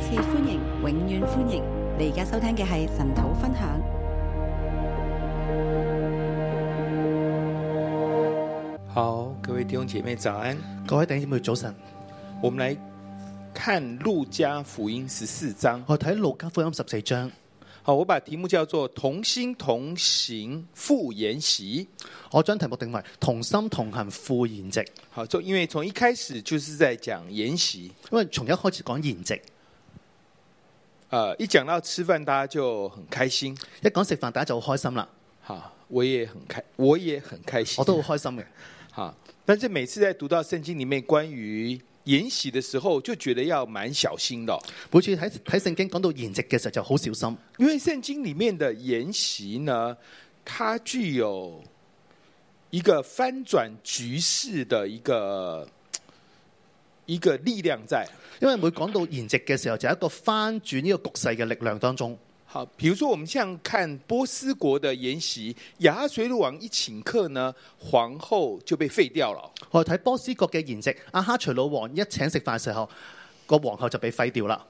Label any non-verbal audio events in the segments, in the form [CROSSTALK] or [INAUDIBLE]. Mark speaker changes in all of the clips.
Speaker 1: 次歡迎，永遠歡迎！你而家收聽嘅係神土分享。
Speaker 2: 好，各位弟兄姐妹早安。
Speaker 3: 各位弟兄姊妹早晨，
Speaker 2: 我們來看路加福音十四章。
Speaker 3: 我睇路加福音十四章，
Speaker 2: 好，我把題目叫做“同心同行赴筵席
Speaker 3: 我將題目定為同心同行赴筵席，”。
Speaker 2: 好，就因為從一開始就是在講筵席，
Speaker 3: 因為從一開始講筵席，
Speaker 2: 呃，一講到吃飯，大家就很開心。
Speaker 3: 一講食飯大家就好開心啦，
Speaker 2: 好，我也很開，我也很開心。
Speaker 3: 我都好開心嘅。
Speaker 2: 好，但是每次在讀到聖經裡面關於筵席的時候，就覺得要蠻小心的哦、
Speaker 3: 每次睇睇聖經講到筵席嘅時候就好小心，
Speaker 2: 因為聖經裡面的筵席呢，它具有一個翻轉局勢的一個一個力量在。
Speaker 3: 因為每講到筵席嘅時候就有一個翻轉呢個局勢嘅力量當中。
Speaker 2: 好，比如說我們像看波斯國的筵席，亞哈隨魯王一請客呢，皇後就被廢掉了。
Speaker 3: 我哋睇波斯國嘅筵席，阿哈隨魯王一請食飯嘅時候，個皇后就被廢掉啦。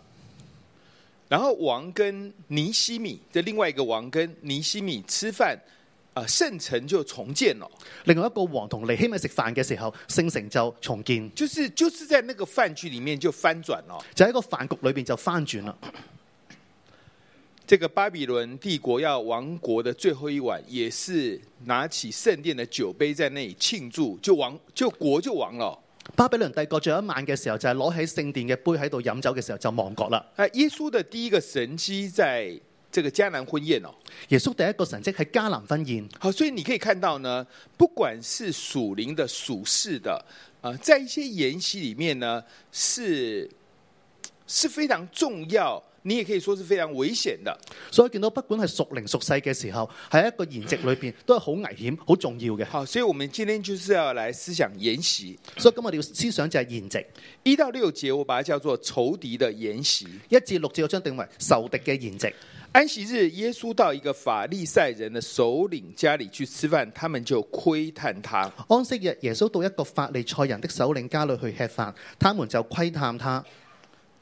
Speaker 2: 然後王跟尼西米的另外一個王跟尼西米吃飯，啊、聖城就重建了。
Speaker 3: 另外一個王同尼希米食飯嘅時候，聖城就重建，
Speaker 2: 就是就是在那個飯局裡面就翻轉了。
Speaker 3: 就喺個飯局裏邊就翻轉啦。
Speaker 2: 這個巴比倫帝國要亡國的最後一晚，也是拿起聖殿的酒杯在那裡慶祝，就亡就國就亡了。
Speaker 3: 巴比倫帝國最後一晚嘅時候，就係攞起聖殿嘅杯喺度飲酒嘅時候就亡國啦。
Speaker 2: 啊，耶穌的第一個神蹟在這個迦南婚宴哦。
Speaker 3: 耶穌第一個神蹟係迦南婚宴，
Speaker 2: 好，所以你可以看到呢，不管是屬靈的、屬世的，啊、在一些筵席裡面呢，是是非常重要，你也可以說是非常危險的。
Speaker 3: 所以見到不管係屬靈屬世嘅時候，喺一個筵席裏邊都係好危險、好重要嘅。
Speaker 2: 好，所以我們今天就是要來思想筵席
Speaker 3: 所以今日我哋要思想就係筵席
Speaker 2: 一到六節，我把它叫做仇敵的筵席。
Speaker 3: 一至六節，我將定為仇敵嘅筵席。
Speaker 2: 安息日，耶穌到一個法利賽人的首領家裡去吃飯，他們就窺探他。
Speaker 3: 安息日，耶穌到一個法利賽人的首領家裏去吃飯，他們就窺探他。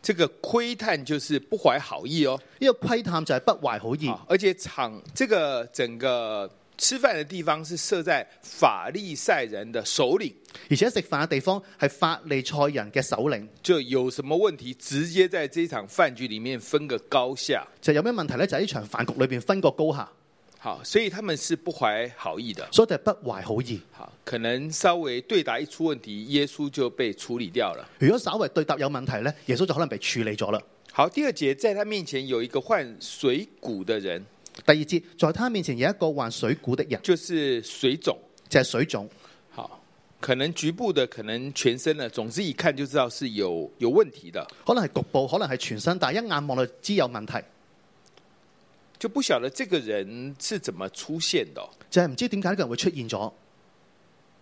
Speaker 2: 這個窺探就是不懷好意哦，
Speaker 3: 呢、個窺探就係不懷好意，
Speaker 2: 啊而且場這個整個吃飯的地方是設在法利賽人的首領，
Speaker 3: 而且食飯嘅地方係法利賽人嘅首領，
Speaker 2: 就有什麼問題，直接在這一場飯局裡面分個高下。
Speaker 3: 就有咩問題呢？就喺呢場飯局裏邊分個高下，
Speaker 2: 好，所以他們是不懷好意的。
Speaker 3: 所以就係不懷好意。
Speaker 2: 好，可能稍微對答一出問題，耶穌就被處理掉了。
Speaker 3: 如果稍為對答有問題呢，耶穌就可能被處理咗啦。
Speaker 2: 好，第二節，在他面前有一個患水蠱的人，
Speaker 3: 第二節，在他面前有一個患水蠱的人，
Speaker 2: 就是水腫。
Speaker 3: 就係、水腫，
Speaker 2: 好，可能局部的，可能全身的，總之一看就知道是有有問題的，
Speaker 3: 可能係局部，可能係全身，但係一眼望落去知有問題，
Speaker 2: 就不曉得這個人是怎麼出現的哦、
Speaker 3: 就係、唔知點解呢個人會出現咗，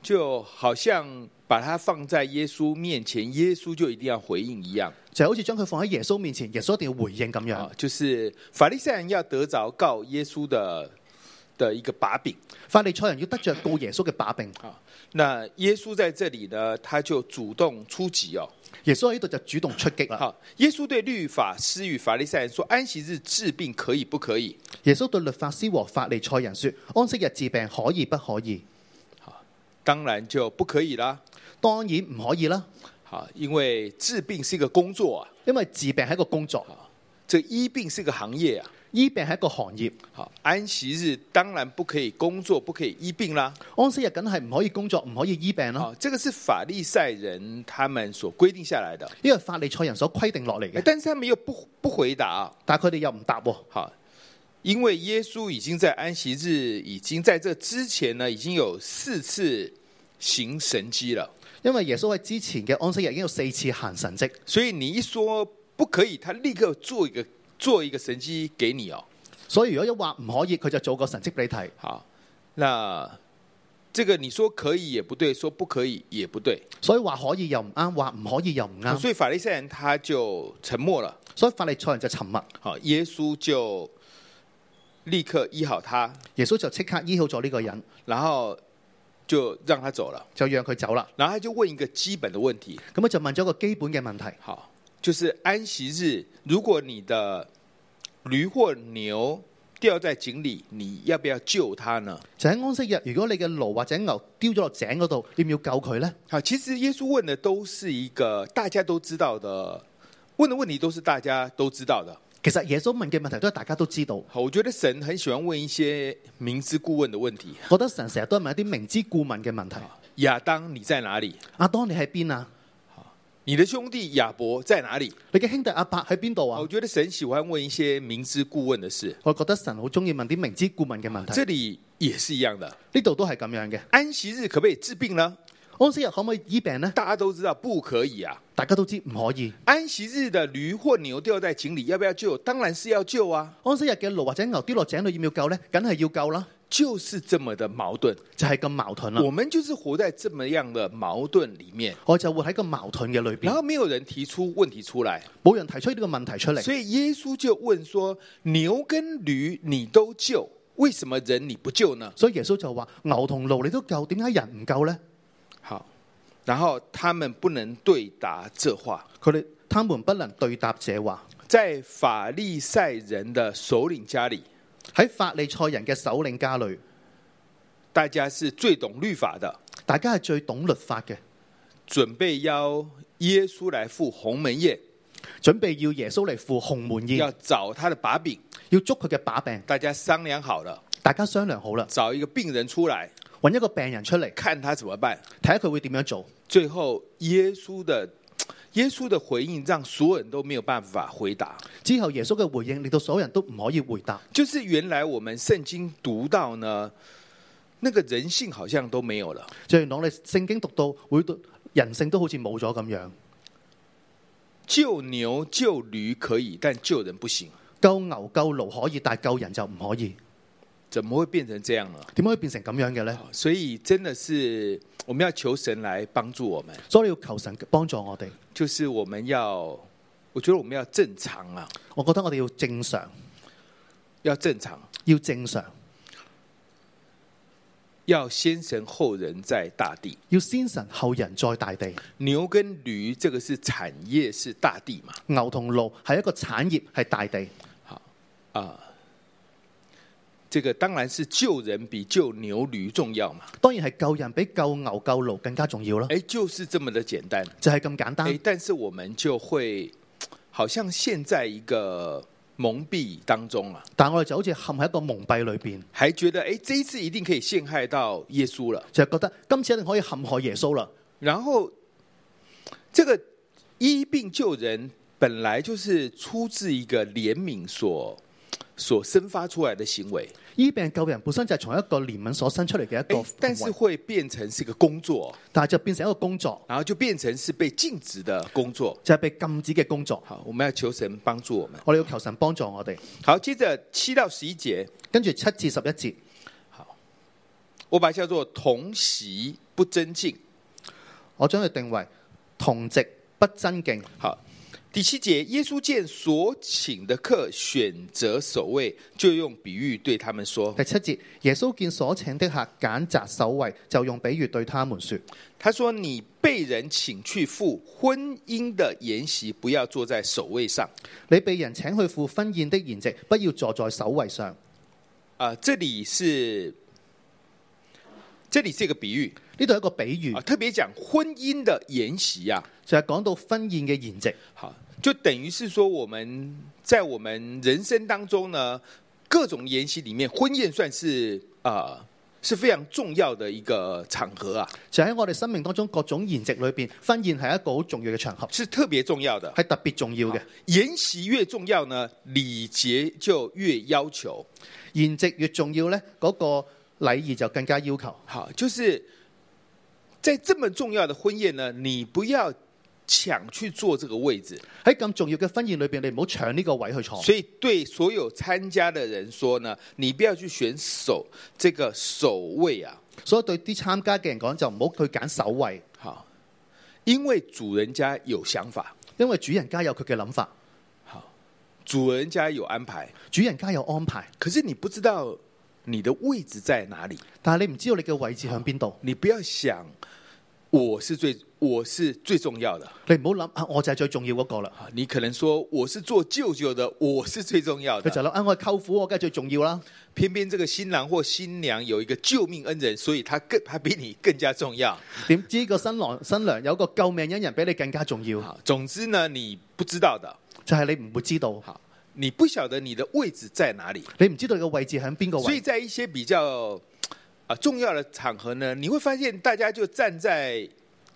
Speaker 2: 就好像把他放在耶穌面前，耶穌就一定要回應一樣
Speaker 3: 就好似將佢放喺耶穌面前，耶穌一定要回應咁樣。
Speaker 2: 啊，就是法利賽人要得着告耶穌的的一個把柄
Speaker 3: 法利賽人要得着告耶穌嘅把柄，
Speaker 2: 啊。那耶穌在這裡呢，他就主動出擊哦。
Speaker 3: 耶穌喺呢度就主動出擊啦。
Speaker 2: 好，耶穌對律法師與法利賽人說：安息日治病可以不可以？
Speaker 3: 耶穌對律法師和法利賽人說：安息日治病可以不可以？
Speaker 2: 當然就不可以啦。
Speaker 3: 當然唔可以啦，
Speaker 2: 好，因為治病是一個工作啊。
Speaker 3: 因為治病係一個工作，
Speaker 2: 这醫病是個行業啊。
Speaker 3: 醫病係一個行業。
Speaker 2: 好，安息日當然不可以工作，不可以醫病啦。
Speaker 3: 安息日梗係唔可以工作，唔可以醫病啦。
Speaker 2: 好，這個是法利賽人他們所規定下來的，
Speaker 3: 呢個係法利賽人所規定落嚟
Speaker 2: 哎
Speaker 3: 嘅，
Speaker 2: 但是他們又不不回答啊。
Speaker 3: 但係佢哋又唔答喎，
Speaker 2: 好，因為耶穌已經在安息日，已經在這之前呢，已經有四次行神蹟了，
Speaker 3: 因為耶穌喺之前嘅安息日已經有四次行神蹟，
Speaker 2: 所以你一說不可以，他立刻做一個做一個神蹟給你哦。
Speaker 3: 所以如果一話唔可以，佢就做個神蹟俾你睇。
Speaker 2: 好，那這個你說可以也不對，說不可以也不對，
Speaker 3: 所以話可以又唔啱，話唔可以又唔啱，
Speaker 2: 所以法利賽人他就沉默了。
Speaker 3: 所以法利賽人就沉默。
Speaker 2: 好，耶穌就立刻醫好他，
Speaker 3: 耶穌就即刻醫好咗呢個人，
Speaker 2: 然後就讓他走了。
Speaker 3: 就讓佢走啦。
Speaker 2: 然後他就問一個基本的問題，
Speaker 3: 咁我就問咗一個基本嘅問題，
Speaker 2: 好，就是安息日，如果你的驴或牛掉在井里，你要不要救它呢？
Speaker 3: 就喺安息日，如果你嘅驢或者牛丟咗落井嗰度，要唔要救佢呢？
Speaker 2: 好，其实耶穌問的都是一個大家都知道的，問的問題都是大家都知道的。
Speaker 3: 其實耶穌問嘅問題都係大家都知道。
Speaker 2: 好，我覺得神很喜歡問一些明知故問的問題。
Speaker 3: 我覺得神成日都係問一啲明知故問嘅問題。
Speaker 2: 亞當，你在哪裡？
Speaker 3: 阿當你喺邊啊？
Speaker 2: 你的兄弟亞伯在哪裡？
Speaker 3: 你嘅兄弟阿伯喺邊度啊
Speaker 2: 我？覺得神喜歡問一些明知故問的事，
Speaker 3: 我覺得神好中意問啲明知故問嘅問題。
Speaker 2: 這裡也是一樣的。
Speaker 3: 呢度都係咁樣嘅。
Speaker 2: 安息日可不可以治病呢？
Speaker 3: 安息日可唔可以醫病呢？
Speaker 2: 大家都知道不可以啊。
Speaker 3: 大家都知唔可以。
Speaker 2: 安息日的驴或牛掉在井里，要不要救？当然是要救啊，
Speaker 3: 安息日嘅驢或者牛跌落井度要唔要救呢？梗係要救啦，
Speaker 2: 就是這麼的矛盾。
Speaker 3: 就係咁矛盾啦。
Speaker 2: 我們就是活在這麼樣的矛盾裡面，
Speaker 3: 我就活喺個矛盾嘅裏
Speaker 2: 然
Speaker 3: 邊，
Speaker 2: 後沒有人提出問題出來，
Speaker 3: 冇人提出呢個問題出嚟，
Speaker 2: 所以耶穌就問說：牛跟驴你都救，為什麼人你不救呢？
Speaker 3: 所以耶穌就話：牛同驢你都救，點解人唔救呢？
Speaker 2: 好，然後他們不能對答這話。
Speaker 3: 佢哋他們不能對答這話。
Speaker 2: 在法利賽人的首領家裡，
Speaker 3: 喺法利賽人嘅首領家裏，
Speaker 2: 大家是最懂律法的，
Speaker 3: 大家係最懂律法嘅，
Speaker 2: 準備邀耶穌來赴鴻門宴，
Speaker 3: 準備要耶穌嚟赴鴻門宴
Speaker 2: 要，找他的把柄。
Speaker 3: 要捉佢嘅把柄。
Speaker 2: 大家商量好了，
Speaker 3: 大家商量好啦，
Speaker 2: 找一個病人出來，
Speaker 3: 揾一個病人出嚟，
Speaker 2: 看他怎麼辦。
Speaker 3: 睇下佢會點樣做。
Speaker 2: 最後，耶穌的耶穌的回應讓所有人都沒有辦法回答。
Speaker 3: 之後耶穌嘅回應令到所有人都唔可以回答。
Speaker 2: 就是原來我們聖經讀到呢，那個人性好像都沒有了。
Speaker 3: 就原來你聖經讀到會到人性都好似冇咗咁樣，
Speaker 2: 救牛救驢可以，但救人不行，
Speaker 3: 救牛救驢可以，但係救人就唔可以。
Speaker 2: 怎麼會變成這樣呢？哦
Speaker 3: 點可以變成咁樣嘅呢？
Speaker 2: 所以真的是我們要求神來幫助我們，
Speaker 3: 所以要求神幫助我哋。
Speaker 2: 就是我們要，我覺得我們要正常啊，
Speaker 3: 我覺得我哋要正常，
Speaker 2: 要正常，
Speaker 3: 要正常，
Speaker 2: 要先神後人，在大地。
Speaker 3: 要先神後人在大地。
Speaker 2: 牛跟驴這個是產業，是大地嘛？
Speaker 3: 牛同驢係一個產業，係大地。
Speaker 2: 好啊、這個當然是救人比救牛驴重要嘛。
Speaker 3: 當然係救人比救牛救驢更加重要 [LAUGHS] 啦。
Speaker 2: 哎，就是這麼的簡單。
Speaker 3: 就係咁簡
Speaker 2: 哎
Speaker 3: 單，。
Speaker 2: 但是我們就會好像陷在一個蒙蔽當中啊，
Speaker 3: 但我哋就好似陷喺一個蒙蔽裏邊，
Speaker 2: 還覺得哎，這一次一定可以陷害到耶穌了。
Speaker 3: 就係覺得今次一定可以陷害耶穌啦。
Speaker 2: 然後這個醫病救人本來就是出自一個憐憫所所生發出來的行為。
Speaker 3: 醫病救人本身就係從一個憐憫所生出嚟嘅一個
Speaker 2: 哎，但
Speaker 3: 行
Speaker 2: 是
Speaker 3: 為
Speaker 2: 會變成是一個工作，
Speaker 3: 但係就變成一個工作，
Speaker 2: 然後就變成是被禁止的工作。
Speaker 3: 就係被禁止嘅工作。
Speaker 2: 好，我們要求神幫助我們。
Speaker 3: 我哋要求神幫助我哋。
Speaker 2: 好，接着七到十一節，
Speaker 3: 跟住七至十一節，
Speaker 2: 我把它叫做同席不爭競。
Speaker 3: 我將佢定為同席不爭競。
Speaker 2: 好，第七節，耶穌見所請的客選擇首位，就用比喻對他們說：“
Speaker 3: 第七節，耶穌見所請的客揀擇首位，就用比喻對他們說：
Speaker 2: 他說：“你被人請去赴婚姻的筵席，不要坐在首位上。
Speaker 3: 你被人請去赴婚宴的筵席，不要坐在首位上。
Speaker 2: 啊，這裡是這裡是一個比喻
Speaker 3: 呢度有一個比喻
Speaker 2: 啊，，特別講婚姻的筵席啊，
Speaker 3: 就係、講到婚宴嘅筵席，
Speaker 2: 好，就等於是說我們在我們人生當中呢，各種筵席裡面，婚宴算是啊、是非常重要的一個場合啊，
Speaker 3: 就喺我哋生命當中各種筵席裏邊，婚宴係一個好重要嘅場合，
Speaker 2: 是特別重要的。
Speaker 3: 係特別重要嘅。
Speaker 2: 筵席越重要呢，禮節就越要求。
Speaker 3: 筵席越重要呢，嗰、個禮儀就更加要求。
Speaker 2: 好，就是在這麼重要的婚宴呢，你不要搶去坐這個位置。
Speaker 3: 喺咁重要嘅婚宴裏邊，你唔好搶呢個位去坐。
Speaker 2: 所以對所有參加的人說呢，你不要去選首這個首位啊，
Speaker 3: 所以對啲參加嘅人講，就唔好去揀首位，
Speaker 2: 好，因為主人家有想法，
Speaker 3: 因為主人家有佢嘅諗法，
Speaker 2: 主人家有安排，
Speaker 3: 主人家有安排，
Speaker 2: 可是你不知道你的位置在哪裡，
Speaker 3: 但係你唔知道你嘅位置向邊度，
Speaker 2: 你不要想我是最我是最重要的。
Speaker 3: 你唔好諗啊，我就係最重要嗰個啦。
Speaker 2: 啊你可能说我是做舅舅的，我是最重要
Speaker 3: 佢就
Speaker 2: 的。
Speaker 3: 諗啊，我係舅父，我梗係最重要啦。
Speaker 2: 偏偏这个新郎或新娘有一个救命恩人，所以他更他比你更加重要。
Speaker 3: 點知個新郎新娘有個救命恩人比你更加重要，
Speaker 2: 好，总之呢，你不知道的，
Speaker 3: 就係你唔會知道，
Speaker 2: 好，你不晓得你的位置在哪里，
Speaker 3: 你唔知道你嘅位置喺邊個
Speaker 2: 所以
Speaker 3: 位。
Speaker 2: 在一些比较啊重要的场合呢，你会发现大家就站在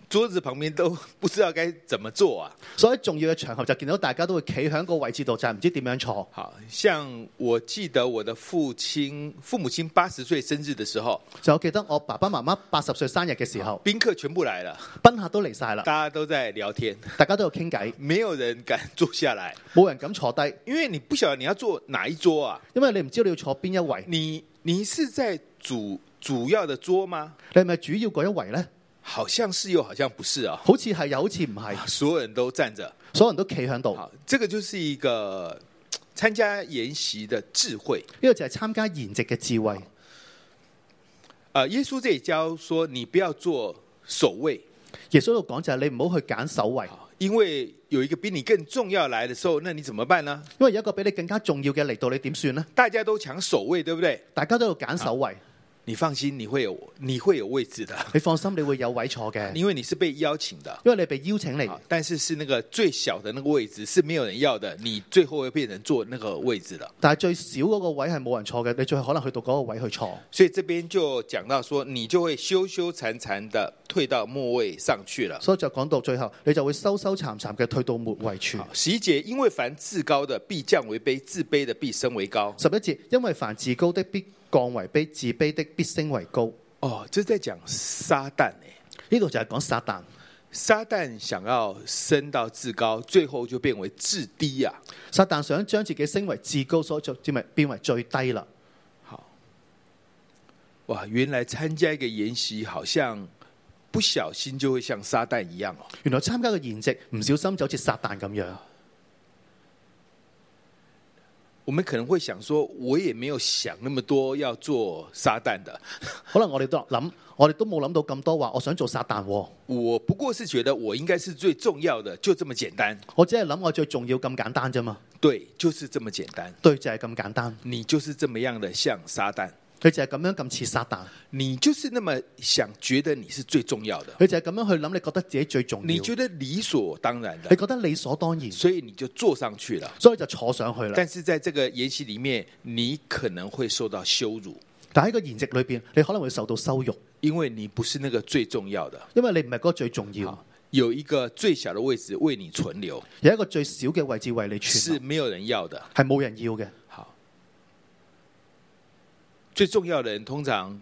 Speaker 2: 桌子旁边都 [LAUGHS] 不知道该怎么做啊。
Speaker 3: 所以重要嘅場合就見到大家都會企喺個位置度，就係唔知點樣坐。
Speaker 2: 好像我记得我的父亲父母亲八十岁生日的时候，
Speaker 3: 就我記得我爸爸媽媽八十歲生日嘅時候，
Speaker 2: 宾客全部来了，
Speaker 3: 賓客都嚟晒啦
Speaker 2: 大，家都在聊天，
Speaker 3: 大家都有傾偈，
Speaker 2: 没有人敢坐下来，
Speaker 3: 冇人敢坐低，
Speaker 2: 因为你不晓得你要坐哪一桌啊。
Speaker 3: 因為你唔知你要坐邊一位，
Speaker 2: 你你是在主主要的桌吗？
Speaker 3: 你係咪主要嗰一位呢？
Speaker 2: 好像是又好像不是啊，
Speaker 3: 好似係又好似唔係，
Speaker 2: 所有人都站着。
Speaker 3: 所有人都企喺度。
Speaker 2: 好，这个就是一个嘖参加研习的智慧。
Speaker 3: 呢個就係參加筵席嘅智慧。
Speaker 2: 呃，耶稣这里教说，你不要做首位，
Speaker 3: 耶穌喺度講就係你唔好去揀首位，
Speaker 2: 好因为有一个比你更重要来的时候，那你怎么办呢？
Speaker 3: 因為有一個比你更加重要嘅嚟到，你點算呢？
Speaker 2: 大家都抢首位，对不对？
Speaker 3: 大家都要揀首位，
Speaker 2: 你放心，你会有你会有位置的，
Speaker 3: 你放心，你會有位坐嘅，
Speaker 2: 因为你是被邀请的。
Speaker 3: 因為你被邀請嚟
Speaker 2: 好，但是是那个最小的那个位置是没有人要的，你最后会变成坐那个位置的。
Speaker 3: 但係最少嗰個位係冇人坐嘅，你最可能去到嗰個位去坐。
Speaker 2: 所以这边就讲到说，你就会羞羞惭惭的退到末位上去了。
Speaker 3: 所以就講到最後，你就會收收殘殘嘅退到末位處。
Speaker 2: 好十一节，因为凡自高的必降为卑，自卑的必升为高。
Speaker 3: 十一節，因為凡自高的必降為卑，自卑的必升為高。
Speaker 2: 哦，这在讲撒旦哎、
Speaker 3: 呢度就係講撒旦，
Speaker 2: 撒旦想要升到至高，最后就变为至低啊。
Speaker 3: 撒旦想將自己升為至高，所以就只咪變為最低啦。
Speaker 2: 好，哇，原来参加一个研习，好像不小心就会像撒旦一样哦。
Speaker 3: 原來參加個筵席唔小心就好似撒旦咁樣。
Speaker 2: 我们可能会想说，我也没有想那么多要做撒旦的，
Speaker 3: 可能我哋都諗，我哋都冇諗到咁多話，我想做撒旦喎，
Speaker 2: 我不过是觉得我应该是最重要的，就这么简单。
Speaker 3: 我只係諗我最重要咁簡單啫嘛。
Speaker 2: 对，就是这么简单。
Speaker 3: 對，就係咁簡單，
Speaker 2: 你就是这么样的像撒旦，
Speaker 3: 佢就係咁樣咁似撒旦，
Speaker 2: 你就是那么想觉得你是最重要的，
Speaker 3: 佢就係咁樣去諗，你覺得自己最重要，
Speaker 2: 你
Speaker 3: 你
Speaker 2: 觉得理所当然的，
Speaker 3: 覺得理所當然，
Speaker 2: 所以你就坐上去了。
Speaker 3: 所以就坐上去啦。
Speaker 2: 但是在这个研习里面，你可能会受到羞辱，
Speaker 3: 但喺個筵席裏邊，你可能會受到羞辱，
Speaker 2: 因为你不是那个最重要的。
Speaker 3: 因為你唔係嗰個最重要
Speaker 2: 好，有一个最小的位置为你存留，
Speaker 3: 有一個最少嘅位置為你存
Speaker 2: 是
Speaker 3: 留，
Speaker 2: 没有人要的。
Speaker 3: 係冇人要嘅。
Speaker 2: 好，最重要的人通常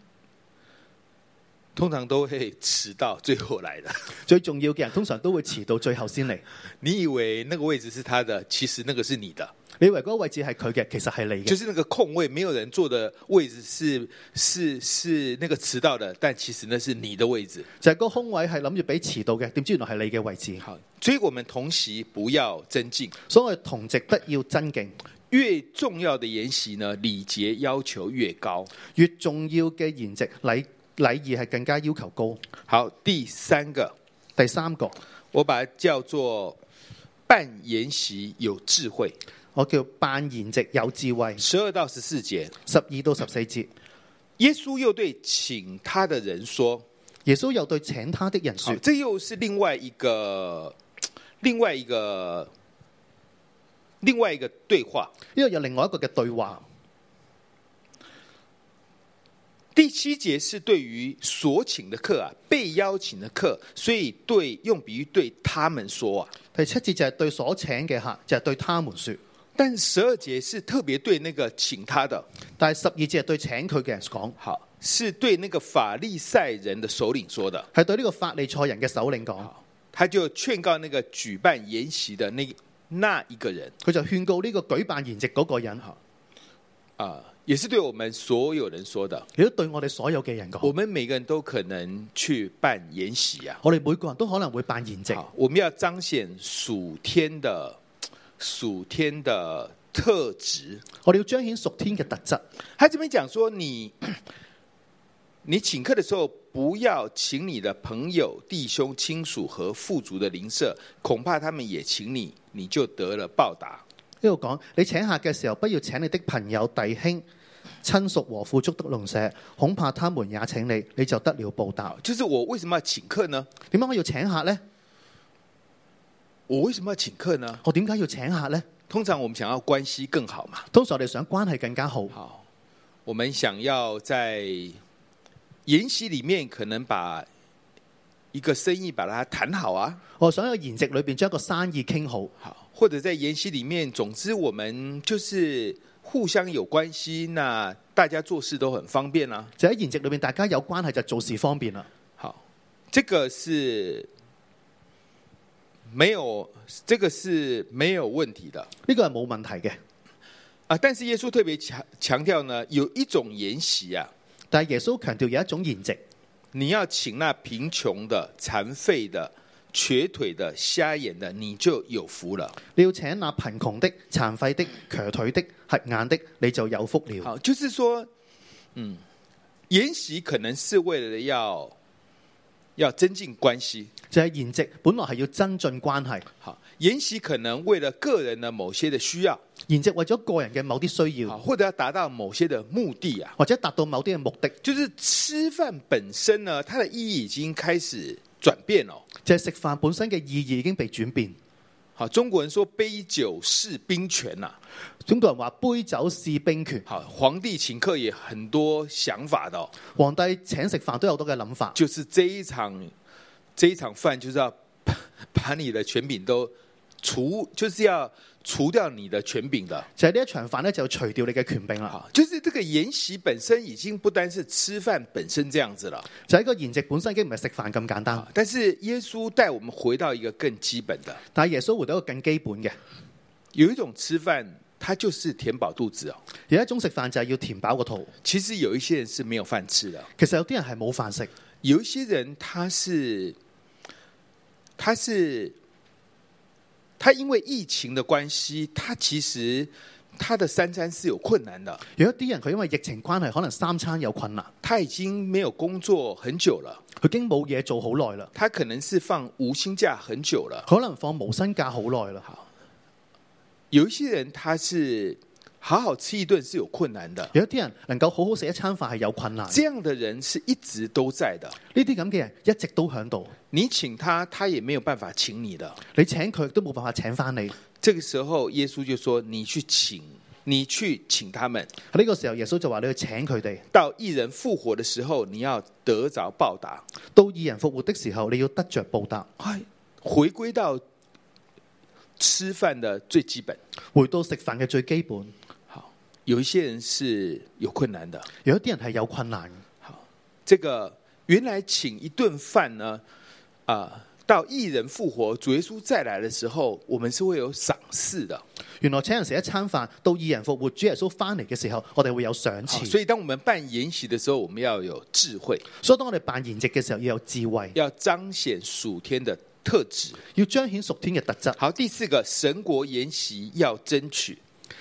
Speaker 2: 通常都会迟到最后来的。
Speaker 3: 最重要嘅人通常都會遲到最後先嚟。
Speaker 2: 你以为那个位置是他的，其实那个是你的，
Speaker 3: 你以為嗰個位置係佢嘅，其實係你
Speaker 2: 就
Speaker 3: 嘅，
Speaker 2: 是那个空位没有人坐的位置是是是那个迟到的，但其实那是你的位置。
Speaker 3: 就係嗰個空位係諗住俾遲到嘅，點知原來係你嘅位置。
Speaker 2: 好，所以我们同席不要增进，
Speaker 3: 所以我哋同席不要爭競。
Speaker 2: 越重要的研习呢，礼节要求越高。
Speaker 3: 越重要嘅筵席禮禮儀係更加要求高。
Speaker 2: 好，第三个，
Speaker 3: 第三個，
Speaker 2: 我把它叫做办研习有智慧。
Speaker 3: 我叫辦筵席有智慧，
Speaker 2: 十二到十四节，
Speaker 3: 十二到十四節。
Speaker 2: 耶稣又对请他的人说
Speaker 3: 耶穌又對請他的人：“
Speaker 2: 好
Speaker 3: 說，
Speaker 2: 这又是另外一个，另外一个，另外一个对话。
Speaker 3: 呢個有另外一個嘅對話。
Speaker 2: 第七节是对于所请的客啊，被邀请的客，所以对用比喻对他们说啊。
Speaker 3: 第七節就係對所請嘅客，就係、對他們說。
Speaker 2: 但十二节是特别对那个请他的，
Speaker 3: 但係十二節係對請佢嘅人講，
Speaker 2: 好，是对那个法利赛人的首领说的。
Speaker 3: 係對呢個法利賽人嘅首領講。
Speaker 2: 他就劝告那个举办筵席的那那一个人
Speaker 3: 佢就勸告呢個舉辦筵席嗰個人，
Speaker 2: 啊、也是对我们所有人说的。
Speaker 3: 亦都對我哋所有嘅人
Speaker 2: 我
Speaker 3: 講。
Speaker 2: 们每个人都可能去办筵席啊，
Speaker 3: 我哋每個人都可能會辦筵席，
Speaker 2: 好，我们要彰顯属天的属天的特质。
Speaker 3: 我哋要彰顯屬天嘅特質。
Speaker 2: [CLEARS THROAT] 他这边讲说你，你请客的时候不要请你的朋友、弟兄、亲属和富足的邻舍，恐怕他们也请你，你就得了报答。
Speaker 3: 呢度講，你請客嘅時候，不要請你的朋友、弟兄、親屬和富足的鄰舍，恐怕他們也請你，你就得了報答。
Speaker 2: 就是我为什么要请客呢？
Speaker 3: 點解我要請客呢？
Speaker 2: 我為什麼要請客呢？
Speaker 3: 我點解要請客呢？
Speaker 2: 通常我們想要關係更好嘛，
Speaker 3: 通常我哋想關係更加好，
Speaker 2: 好，我們想要在研習裡面可能把一個生意把它談好啊，
Speaker 3: 我想喺筵席裏邊將一個生意傾好，
Speaker 2: 好，或者在研習裡面，總之我們就是互相有關係，那大家做事都很方便啦、
Speaker 3: 就喺筵席裏邊大家有關係就做事方便啦。
Speaker 2: 好，這個是沒有，這個是沒有問題的。
Speaker 3: 呢個係冇問題嘅。
Speaker 2: 啊！但是耶穌特別強強調呢，有一種筵席啊，
Speaker 3: 但係耶穌強調有一種筵席，
Speaker 2: 你要请那贫穷的、残废的、瘸腿的、瞎眼的，你就有福了。
Speaker 3: 你要請那貧窮的、殘廢的、瘸腿的、瞎眼的，你就有福了。
Speaker 2: 好，就是说，嗯，研习可能是为了要要增进关系，
Speaker 3: 就係筵席本來係要增進關係，
Speaker 2: 好，研习可能为了个人的某些的需要，
Speaker 3: 筵席為咗個人嘅某啲需
Speaker 2: 好，
Speaker 3: 要，
Speaker 2: 或者要达到某些的目的啊。
Speaker 3: 或者達到某啲嘅目的，
Speaker 2: 就是吃饭本身呢，它的意义已經開始转变哦了。
Speaker 3: 就係食飯本身嘅意義已經被轉變。
Speaker 2: 好，中國人說杯酒釋兵權呐、
Speaker 3: 中國人話杯酒是兵權，
Speaker 2: 好，皇帝請客也很多想法的哦、
Speaker 3: 皇帝請食飯都有好多嘅諗法，
Speaker 2: 就是这一场这一场饭就是要 [LAUGHS] 把你的权柄都除，就是要除掉你的权柄的。
Speaker 3: 就係呢一場飯咧就除掉你嘅權柄啦。
Speaker 2: 好，就是这个筵席本身已经不单是吃饭本身这样子了，啊
Speaker 3: 就係個筵席本身已經唔係食飯咁簡單，
Speaker 2: 但是耶穌帶我们回到一个更基本的，
Speaker 3: 但係耶穌回到一個更基本嘅，
Speaker 2: 有一种吃饭它就是填飽肚子哦。
Speaker 3: 有一種食飯就係要填飽個肚。
Speaker 2: 其實有一些人是沒有飯吃的，哦
Speaker 3: 其實有啲人係冇飯食，
Speaker 2: 有一些人他是他是他因為疫情的關係，他其實他的三餐是有困難的，
Speaker 3: 有一啲人佢因為疫情關係，可能三餐有困難，
Speaker 2: 他已經沒有工作很久了，
Speaker 3: 佢已經冇嘢做好耐啦，
Speaker 2: 他可能是放無薪假很久了。
Speaker 3: 可能放無薪假好耐啦。
Speaker 2: 有一些人他是好好吃一頓是有困難的，
Speaker 3: 有一啲人能夠好好食一餐飯係有困難，
Speaker 2: 這
Speaker 3: 呢
Speaker 2: 樣的人是一直都在的。
Speaker 3: 啲咁嘅人一直都喺度，
Speaker 2: 你請他，他也沒有辦法請你的。
Speaker 3: 你請佢都冇辦法請翻你。
Speaker 2: 這個時候，耶穌就說：“你去請，你去請他們。
Speaker 3: 喺呢個時候，耶穌就話你去請佢哋，
Speaker 2: 到一人復活的時候，你要得着報答。
Speaker 3: 到二人復活的時候，你要得着報答。
Speaker 2: 哎，回歸到吃飯的最基本。
Speaker 3: 回到食飯嘅最基本，
Speaker 2: 好，有一些人是有困難的。
Speaker 3: 有一啲人係有困難嘅。
Speaker 2: 好，這個原來請一頓飯呢，啊、到一人復活，主耶穌再來的時候，我們是會有賞賜的。
Speaker 3: 原來請人食一餐飯，到二人復活，主耶穌翻嚟嘅時候，我哋會有賞
Speaker 2: 好，
Speaker 3: 賜。
Speaker 2: 啊所以當我們辦筵席的時候，我們要有智慧，
Speaker 3: 所以當我哋辦筵席嘅時候，要有智慧，
Speaker 2: 要彰顯屬天的特質。
Speaker 3: 要彰顯屬天嘅特質。
Speaker 2: 好，第四個神國筵席要爭取。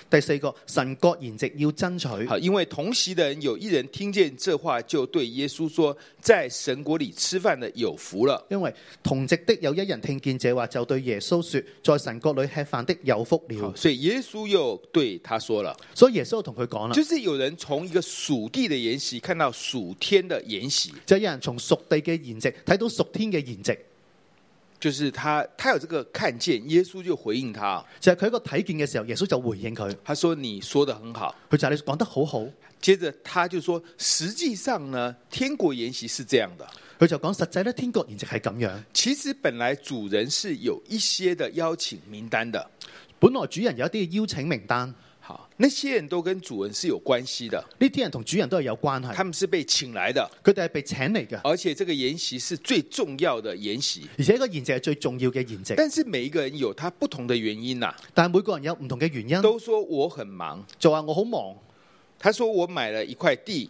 Speaker 3: 第四個，神國筵席要爭取。
Speaker 2: 好，因為同席的人有一人听见這話，就對耶穌說：“在神國裡吃飯的有福了。
Speaker 3: 因為同席的有一人聽見這話，就對耶穌說：在神國裏吃飯的有福”
Speaker 2: 好，
Speaker 3: 了。
Speaker 2: 所以耶穌又對他說了，
Speaker 3: 所以耶穌就同佢講啦，
Speaker 2: 就是有人從一個屬地的筵席看到屬天的筵席，
Speaker 3: 就有人從屬地嘅筵席睇到屬天嘅筵席，
Speaker 2: 就是他他有這個看見，耶穌就回應他，
Speaker 3: 就係佢一個睇見嘅時候，耶穌就回應佢，
Speaker 2: 他說：“你說的很好。
Speaker 3: 佢就係你講得好好，”
Speaker 2: 接着他就說：“實際上呢，天國筵席是這樣的。
Speaker 3: 佢就講實際咧，天國筵席係咁樣。
Speaker 2: 其實本來主人是有一些的邀請名單的，
Speaker 3: 本來主人有一啲嘅邀請名單，呢
Speaker 2: 好，那些人都跟主人是有關係的，
Speaker 3: 啲人同主人都係有關係，
Speaker 2: 他們是被請來的，
Speaker 3: 佢哋係被請嚟嘅，
Speaker 2: 而且這個筵席是最重要的筵席。
Speaker 3: 而且個筵席係最重要嘅筵席。
Speaker 2: 但是每一個人有他不同的原因呐、
Speaker 3: 但係每個人有唔同嘅原因，
Speaker 2: 都說我很忙，
Speaker 3: 就話我好忙，
Speaker 2: 他說我買了一塊地，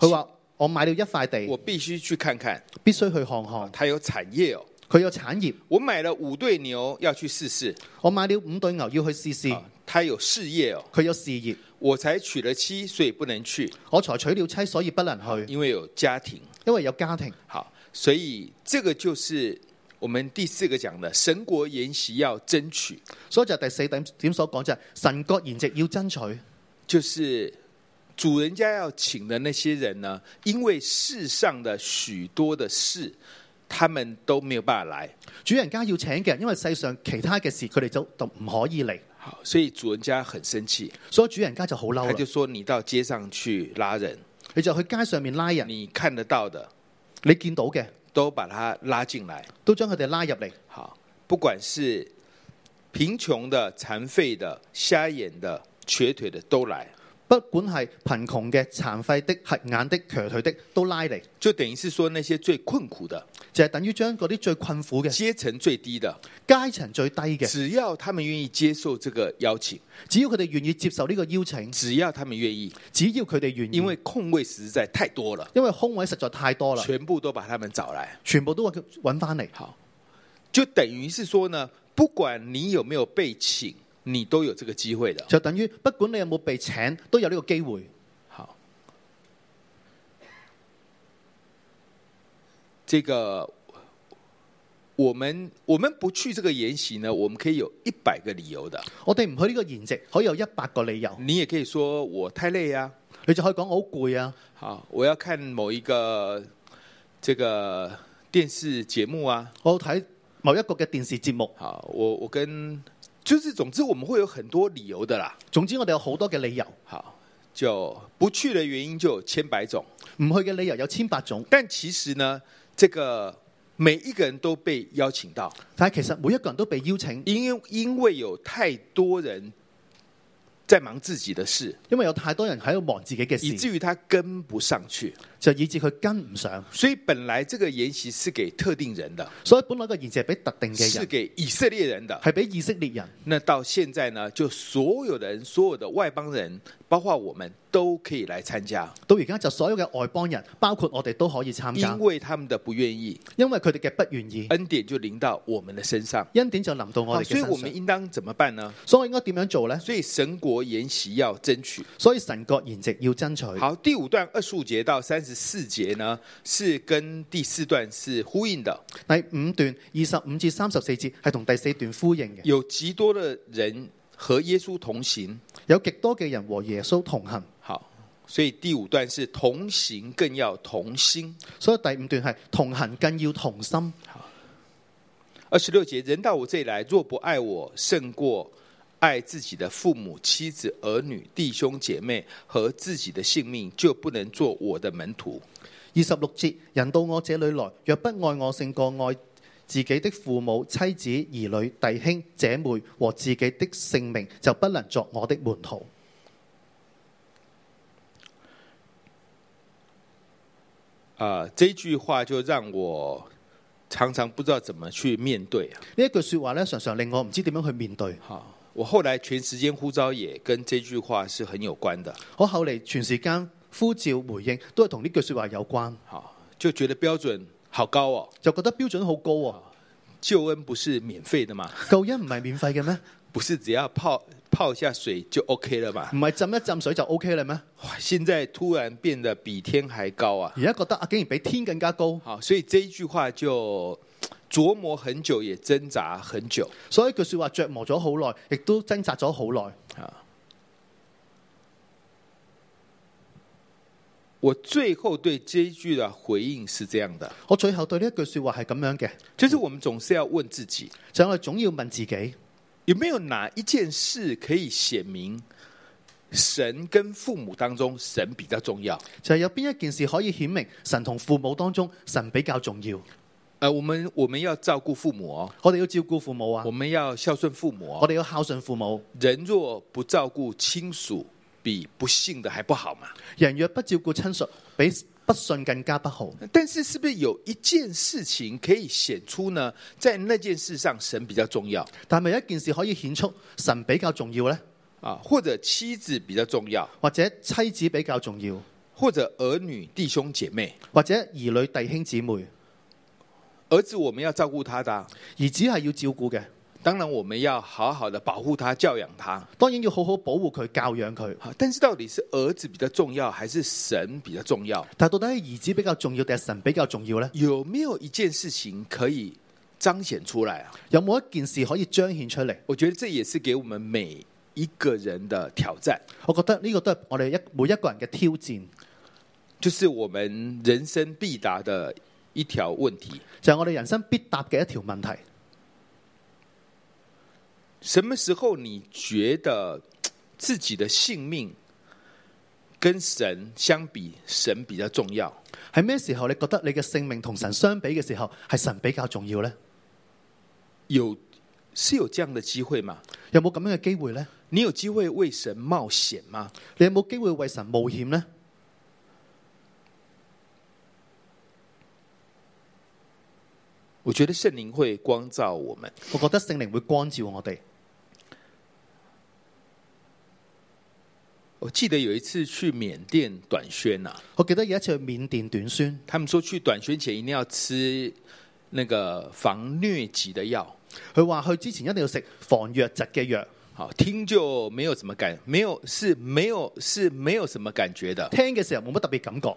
Speaker 3: 佢話我買了一塊地
Speaker 2: 我，必須去看看，
Speaker 3: 必須去看看，
Speaker 2: 他有產業哦。
Speaker 3: 佢有產業。
Speaker 2: 我買了五對牛要去試試，
Speaker 3: 我買了五對牛要去試試，
Speaker 2: 啊他有事业哦，
Speaker 3: 佢有事業，
Speaker 2: 我才娶了妻，所以不能去，
Speaker 3: 我才娶了妻，所以不能去，
Speaker 2: 因为有家庭。
Speaker 3: 因為有家庭。
Speaker 2: 好，所以这个就是我们第四个讲的神国研习要争取，
Speaker 3: 所以就第四點點所講就係、神國筵席要爭取，
Speaker 2: 就是主人家要请的那些人呢，因为世上的许多的事，他们都没有办法来。
Speaker 3: 主人家要請嘅人，因為世上其他嘅事佢哋就就唔可以嚟，
Speaker 2: 好，所以主人家很生气，
Speaker 3: 所以主人家就好嬲
Speaker 2: 他
Speaker 3: 啦
Speaker 2: 就，说：“你到街上去拉人，
Speaker 3: 你就去街上面拉人，
Speaker 2: 你看得到的
Speaker 3: 你見到嘅
Speaker 2: 都把他拉进来。
Speaker 3: 都將佢哋拉入嚟，”
Speaker 2: 好，不管是贫穷的、残废的、瞎眼的、瘸腿的都来，
Speaker 3: 不管係貧窮嘅、殘廢的、瞎眼的、瘸腿的都拉嚟，
Speaker 2: 就等于是说那些最困苦的、
Speaker 3: 就係、等於將嗰啲最困苦嘅
Speaker 2: 阶层最低的，
Speaker 3: 階層最低嘅，
Speaker 2: 只要他们愿意接受这个邀请，
Speaker 3: 只要佢哋願意接受呢個邀請，
Speaker 2: 只要他们愿意，
Speaker 3: 只要佢哋願意，
Speaker 2: 因为空位实在太多了，
Speaker 3: 因為空位實在太多啦，
Speaker 2: 全部都把他们找来。
Speaker 3: 全部都揾翻嚟，
Speaker 2: 好，就等于是说呢，不管你有没有被请，你都有这个机会的。
Speaker 3: 就等於不管你有冇被請，都有呢個機會。
Speaker 2: 好，这个我们我们不去这个研习呢，我们可以有一百个理由的。
Speaker 3: 我哋唔去呢個筵席，可以有一百個理由，
Speaker 2: 你也可以说我太累啊，
Speaker 3: 你就可以講我好攰啊，
Speaker 2: 好，我要看某一个这个电视节目啊，
Speaker 3: 我要睇某一個嘅電視節目。
Speaker 2: 好，我我跟就是总之我们会有很多理由的啦。
Speaker 3: 總之我哋有好多嘅理由，
Speaker 2: 好，就不去的原因就有千百种，
Speaker 3: 唔去嘅理由有千百種，
Speaker 2: 但其实呢，这个每一个人都被邀请到。
Speaker 3: 但係其實每一個人都被邀請，
Speaker 2: 因为因为有太多人在忙自己的事，
Speaker 3: 因為有太多人喺度忙自己嘅
Speaker 2: 以
Speaker 3: 事，
Speaker 2: 至于他跟不上去。
Speaker 3: 就以致佢跟唔上。
Speaker 2: 所以本来这个研习是给特定人的，
Speaker 3: 所以本來個筵席係俾特定嘅
Speaker 2: 是
Speaker 3: 人，
Speaker 2: 给以色列人的。
Speaker 3: 係俾以色列人。
Speaker 2: 那到现在呢，就所有的人、所有的外邦人，包括我们，都可以来参加，
Speaker 3: 到而家就所有嘅外邦人，包括我哋都可以參加
Speaker 2: 因，为他们的不愿意，
Speaker 3: 因為佢哋嘅不願意，
Speaker 2: 恩典就临到我们的身上。
Speaker 3: 恩典就臨到我
Speaker 2: 好
Speaker 3: 哋嘅
Speaker 2: 啊所以
Speaker 3: 身
Speaker 2: 我们
Speaker 3: 上。
Speaker 2: 应当怎么办呢？
Speaker 3: 所以應該點樣做呢？
Speaker 2: 所以神国研习要争取。
Speaker 3: 所以神國筵席要爭取。
Speaker 2: 好，第五段二十五节到三十四节呢，是跟第四段是呼应的。
Speaker 3: 第五段二十五至三十四節係同第四段呼應嘅，
Speaker 2: 有极多的人和耶稣同行，
Speaker 3: 有極多嘅人和耶穌同行，
Speaker 2: 好，所以第五段是同行更要同心。
Speaker 3: 所以第五段係同行更要同心。
Speaker 2: 二十六节，人到我这里来，若不爱我胜过爱自己的父母、妻子、儿女、弟兄姐妹和自己的性命，就不能做我的门徒。
Speaker 3: 二十六節，人到我這裏來，若不愛我勝過愛自己的父母、妻子、兒女、弟兄、姐妹和自己的性命，就不能作我的門徒。
Speaker 2: 啊、这句话就让我常常不知道怎么去面对啊。
Speaker 3: 呢一句說話咧，常常令我唔知點樣去面對。
Speaker 2: 好，我后来全时间呼召也跟这句话是很有关的。
Speaker 3: 我後嚟全時間呼召回應都係同呢句說話有關，
Speaker 2: 好，就覺得標準好高哦，
Speaker 3: 就覺得標準好高喎、
Speaker 2: 救恩不是免费的嘛，
Speaker 3: 救恩唔係免費嘅咩？
Speaker 2: 不是只要泡泡一下水就 OK 了嘛
Speaker 3: 唔。係浸一浸水就 O K 啦咩？
Speaker 2: 哇，现在突然變得比天还高啊！
Speaker 3: 而家覺得啊，竟然比天更加高，
Speaker 2: 好，所以这一句话就琢磨很久，也挣扎很久
Speaker 3: 所以句說話琢磨咗好耐，亦都掙扎咗好耐。
Speaker 2: 啊。我最后对这一句的回應是這樣的，
Speaker 3: 我最後對呢一句說話係咁樣嘅，
Speaker 2: 就是我們總是要問自己，
Speaker 3: 就係我哋總要問自己。
Speaker 2: 有没有哪一件事可以显明神跟父母当中神比较重要？
Speaker 3: 就係有邊一件事可以顯明神同父母當中神比較重要？
Speaker 2: 呃，我们我们要照顾父母哦，
Speaker 3: 我哋要照顧父母啊
Speaker 2: 我，们要孝顺父母
Speaker 3: 我
Speaker 2: 哦。
Speaker 3: 哋要孝順父母。
Speaker 2: 人若不照顾亲属，比不信的还不好嘛。
Speaker 3: 人若不照顧親屬，比不信更加不好。
Speaker 2: 但是是不是有一件事情可以显出呢？在那件事上，神比较重要
Speaker 3: 但係咪有一件事可以顯出神比較重要呢？
Speaker 2: 啊，或者妻子比较重要，
Speaker 3: 或者妻子比較重要，
Speaker 2: 或者儿女弟兄姐妹，
Speaker 3: 或者兒女弟兄姊妹，
Speaker 2: 儿子我们要照顾他的啊、
Speaker 3: 兒子係要照顧嘅，
Speaker 2: 当然，我们要好好的保护他、教养他。
Speaker 3: 當然要好好保護佢、教養佢。
Speaker 2: 好，但是到底是儿子比较重要，还是神比较重要？
Speaker 3: 但係到底係兒子比較重要定係神比較重要呢？
Speaker 2: 有没有一件事情可以彰显出来啊？
Speaker 3: 有冇一件事可以彰顯出嚟？
Speaker 2: 我觉得这也是给我们每一个人的挑战，
Speaker 3: 我覺得呢個都係我哋一每一個人嘅挑戰，
Speaker 2: 就是我们人生必答的一条问题：
Speaker 3: 就係我哋人生必答嘅一條問題。
Speaker 2: 什么时候你觉得嘖自己的性命跟神相比，神比较重要？
Speaker 3: 係咩時候你覺得你嘅性命同神相比嘅時候，係神比較重要呢？
Speaker 2: 有是有这样的机会吗？
Speaker 3: 有冇咁樣嘅機會呢？
Speaker 2: 你有机会为神冒险吗？
Speaker 3: 你有冇機會為神冒險呢？
Speaker 2: 我觉得圣灵会光照我们。
Speaker 3: 我覺得聖靈會光照我哋。
Speaker 2: 我记得有一次去缅甸短宣呐、
Speaker 3: 我記得有一次去緬甸短宣，
Speaker 2: 他们说去短宣前一定要吃那个防疟疾的药。
Speaker 3: 佢話去之前一定要食防疟疾嘅藥，
Speaker 2: 好听就没有什么感，没有是没有是没有什么感觉的。
Speaker 3: 聽嘅時候冇乜特別感覺，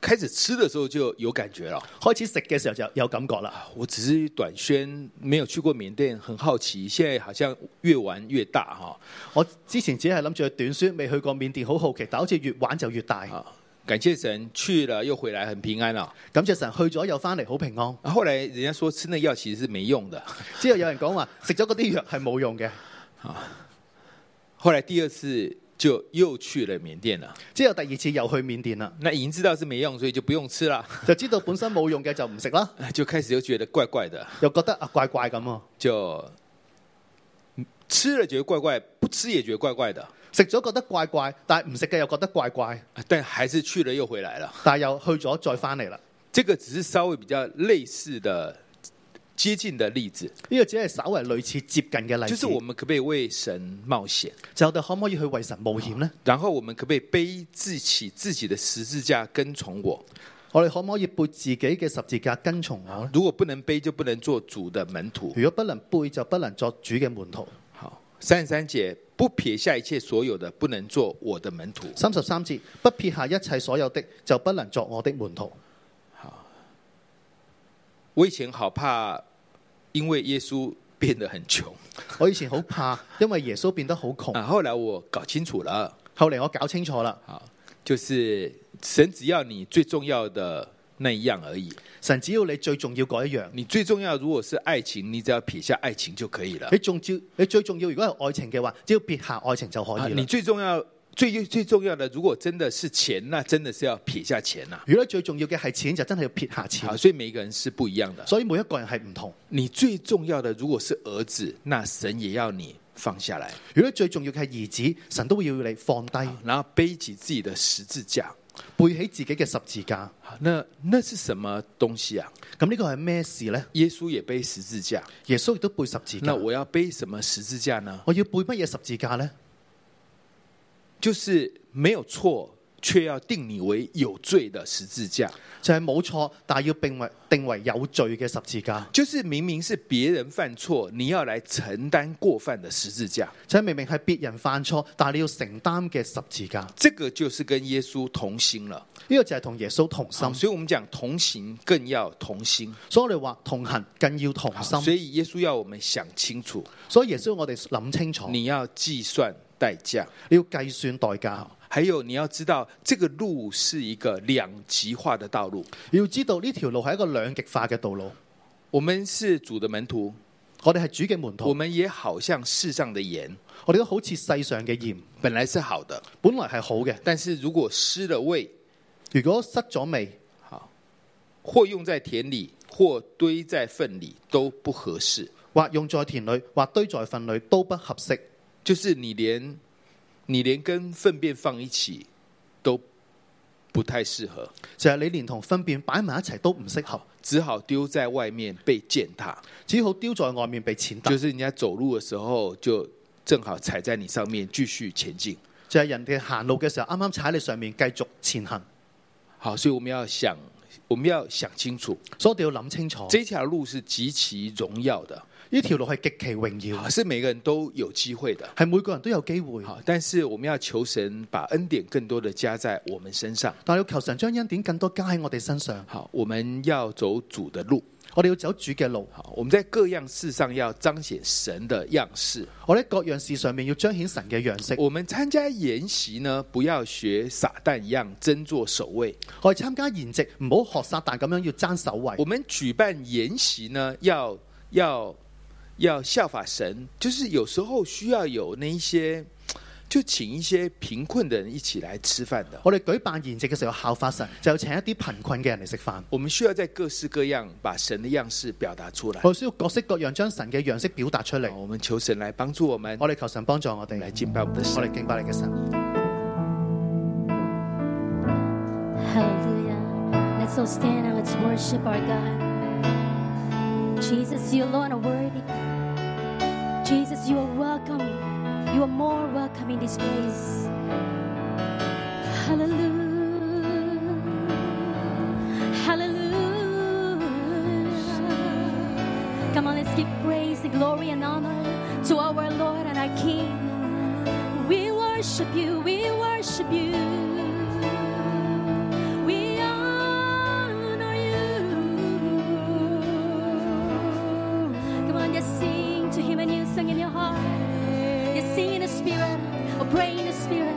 Speaker 2: 开始吃的时候就有感觉了。
Speaker 3: 開始食嘅時候就有感覺啦。
Speaker 2: 啊我只是短宣，没有去过缅甸，很好奇。现在好像越玩越大哈
Speaker 3: 我之前只係諗住去短宣，未去過緬甸，好好奇，但好似越玩就越大。
Speaker 2: 啊！感谢神去了又回来，很平安了。
Speaker 3: 感謝神去咗又翻嚟，好平安。
Speaker 2: 啊后来人家说吃那药其实是没用的。
Speaker 3: 之後有人講話食咗嗰啲藥係冇用嘅。
Speaker 2: 后来第二次就又去了缅甸了，
Speaker 3: 之後第二次又去緬甸啦，
Speaker 2: 那已经知道是没用，所以就不用吃了， [LAUGHS]
Speaker 3: 就知道本身冇用嘅就唔食啦，
Speaker 2: 就开始就觉得怪怪的，
Speaker 3: 又覺得啊怪怪咁啊，
Speaker 2: 就嗯吃了觉得怪怪，不吃也觉得怪怪的，
Speaker 3: 食咗覺得怪怪，但係唔食嘅又覺得怪怪，
Speaker 2: 但还是去了又回来了。
Speaker 3: 但係又去咗再翻嚟啦。
Speaker 2: 这个只是稍微比较类似的。接近的例子，
Speaker 3: 呢、個只係稍為類似接近嘅例
Speaker 2: 就
Speaker 3: 子，
Speaker 2: 是我們可不可以為神冒險，
Speaker 3: 就我哋可唔可以去為神冒險呢？
Speaker 2: 然後我們可不可以背自己自己的十字架跟從我？
Speaker 3: 我哋可唔可以背自己嘅十字架跟從我呢？
Speaker 2: 如果不能背，就不能做主的門徒。
Speaker 3: 如果不能背，就不能作主嘅門徒。
Speaker 2: 好，三十三节，不撇下一切所有的，不能做我的门徒。
Speaker 3: 三十三節，不撇下一切所有的，就不能作我的門徒。
Speaker 2: 我以前好怕，因为耶稣变得很穷
Speaker 3: 我以前好怕，因為耶穌變得好窮。
Speaker 2: 啊。后来我搞清楚了，
Speaker 3: 後嚟我搞清楚啦，
Speaker 2: 啊，就是神只要你最重要的那一样而已。
Speaker 3: 神只要你最重要嗰一樣，
Speaker 2: 你最重要如果是爱情，你只要撇下爱情就可以了
Speaker 3: 你。仲要你最重要如果係愛情嘅話，只要撇下愛情就可
Speaker 2: 啊
Speaker 3: 以
Speaker 2: 你
Speaker 3: 啦。
Speaker 2: 最重要、最最重要的，如果真的是钱，那真的是要撇下钱呐、
Speaker 3: 如果你最重要嘅係錢，就真係要撇下
Speaker 2: 好，
Speaker 3: 錢。
Speaker 2: 所以每一个人是不一样的。
Speaker 3: 所以每一個人係唔同。
Speaker 2: 你最重要的如果是儿子，那神也要你放下来。
Speaker 3: 如果最重要嘅係兒子，神都會要你放低，
Speaker 2: 然后背起自己的十字架。
Speaker 3: 背起自己嘅十字架。
Speaker 2: 好那那是什么东西啊？
Speaker 3: 咁呢個係咩事呢？
Speaker 2: 耶稣也背十字架，
Speaker 3: 耶穌亦都背十字架
Speaker 2: 那。我要背什么十字架呢？
Speaker 3: 我要背乜嘢十字架呢？
Speaker 2: 就是没有错，却要定你为有罪的十字架。
Speaker 3: 就係冇錯，但係要定為定為有罪嘅十字架。
Speaker 2: 就是明明是别人犯错，你要来承担过犯的十字架，
Speaker 3: 就係明明係別人犯錯，但係你要承擔嘅十字架。呢、
Speaker 2: 这个就是跟耶稣同心了。
Speaker 3: 個就係同耶穌同
Speaker 2: 好
Speaker 3: 心。
Speaker 2: 所以我们讲同行更要同心。
Speaker 3: 所以我哋話同行更要同
Speaker 2: 好所
Speaker 3: 心。
Speaker 2: 以耶稣要我们想清楚，
Speaker 3: 所以耶穌我哋諗清楚，你
Speaker 2: 你要计算代价，
Speaker 3: 要計算代價，
Speaker 2: 还有你要知道这个路是一个两极化的道路。
Speaker 3: 你要知道呢條路係一個兩極化嘅道路。
Speaker 2: 我们是主的门徒，
Speaker 3: 我哋係主嘅門
Speaker 2: 我
Speaker 3: 徒，
Speaker 2: 们也好像世上的盐，
Speaker 3: 我哋都好似世上嘅鹽，
Speaker 2: 本来是好的，
Speaker 3: 本來係好嘅，
Speaker 2: 但是如果失了味，
Speaker 3: 如果失咗味，
Speaker 2: 好，或用在田里，或堆在粪里，都不合适。
Speaker 3: 或用在田裏，或堆在糞裏，都不合適。
Speaker 2: 就是你连你连跟粪便放一起都不太适合，
Speaker 3: 就係你連同糞便擺埋一齊都唔適合，
Speaker 2: 只好丢在外面被践踏，
Speaker 3: 只好丟在外面被踐踏
Speaker 2: 就。是人家走路的时候就正好踩在你上面继续前进。
Speaker 3: 就係人哋行路嘅時候，啱啱踩你上面繼續前行，
Speaker 2: 好，所以我们要想，我们要想清楚，
Speaker 3: 哦所以我哋要諗清楚，
Speaker 2: 这条路是极其荣耀的，
Speaker 3: 呢條路係極其榮耀
Speaker 2: 好，，是每個人都有機會的。
Speaker 3: 係每個人都有機會。
Speaker 2: 好，但是我們要求神把恩典更多的加在我們身上。
Speaker 3: 但係要求神將恩典更多加喺我哋身上，
Speaker 2: 好，我們要走主的路。
Speaker 3: 我哋要走主嘅路，
Speaker 2: 好，我們在各樣事上要彰顯神的樣式。
Speaker 3: 我哋各樣事上面要彰顯神嘅樣式。
Speaker 2: 我們參加研習呢，不要學撒旦一樣爭做首位。
Speaker 3: 我哋參加筵席唔好學撒旦咁樣要爭首位
Speaker 2: 我。們舉辦研習呢，要要要效法神，就是有時候需要有那一些，就请一些貧困的人一起來吃飯的。
Speaker 3: 我哋舉辦筵席嘅時候效法神，就請一啲貧困嘅人嚟食飯。
Speaker 2: 我們需要在各式各樣把神的樣式表達出來。
Speaker 3: 我哋需要各式各樣將神嘅樣式表達出嚟
Speaker 2: 好。我們求神來幫助我們，
Speaker 3: 我哋求神幫助我哋，
Speaker 2: 來敬拜我們的神
Speaker 3: 我。哋敬拜你嘅神。
Speaker 4: Hallelujah. Let's all stand and let's worship our God. Jesus, you alone are worthy. Jesus, you are welcome. You are more welcome in this place. Hallelujah. Hallelujah. Come on, let's give praise, the glory, and honor to our Lord and our King. We worship you, we worship you. We honor you. Come on, just sing to him a new song in your heart. Just sing in the spirit or pray in the spirit.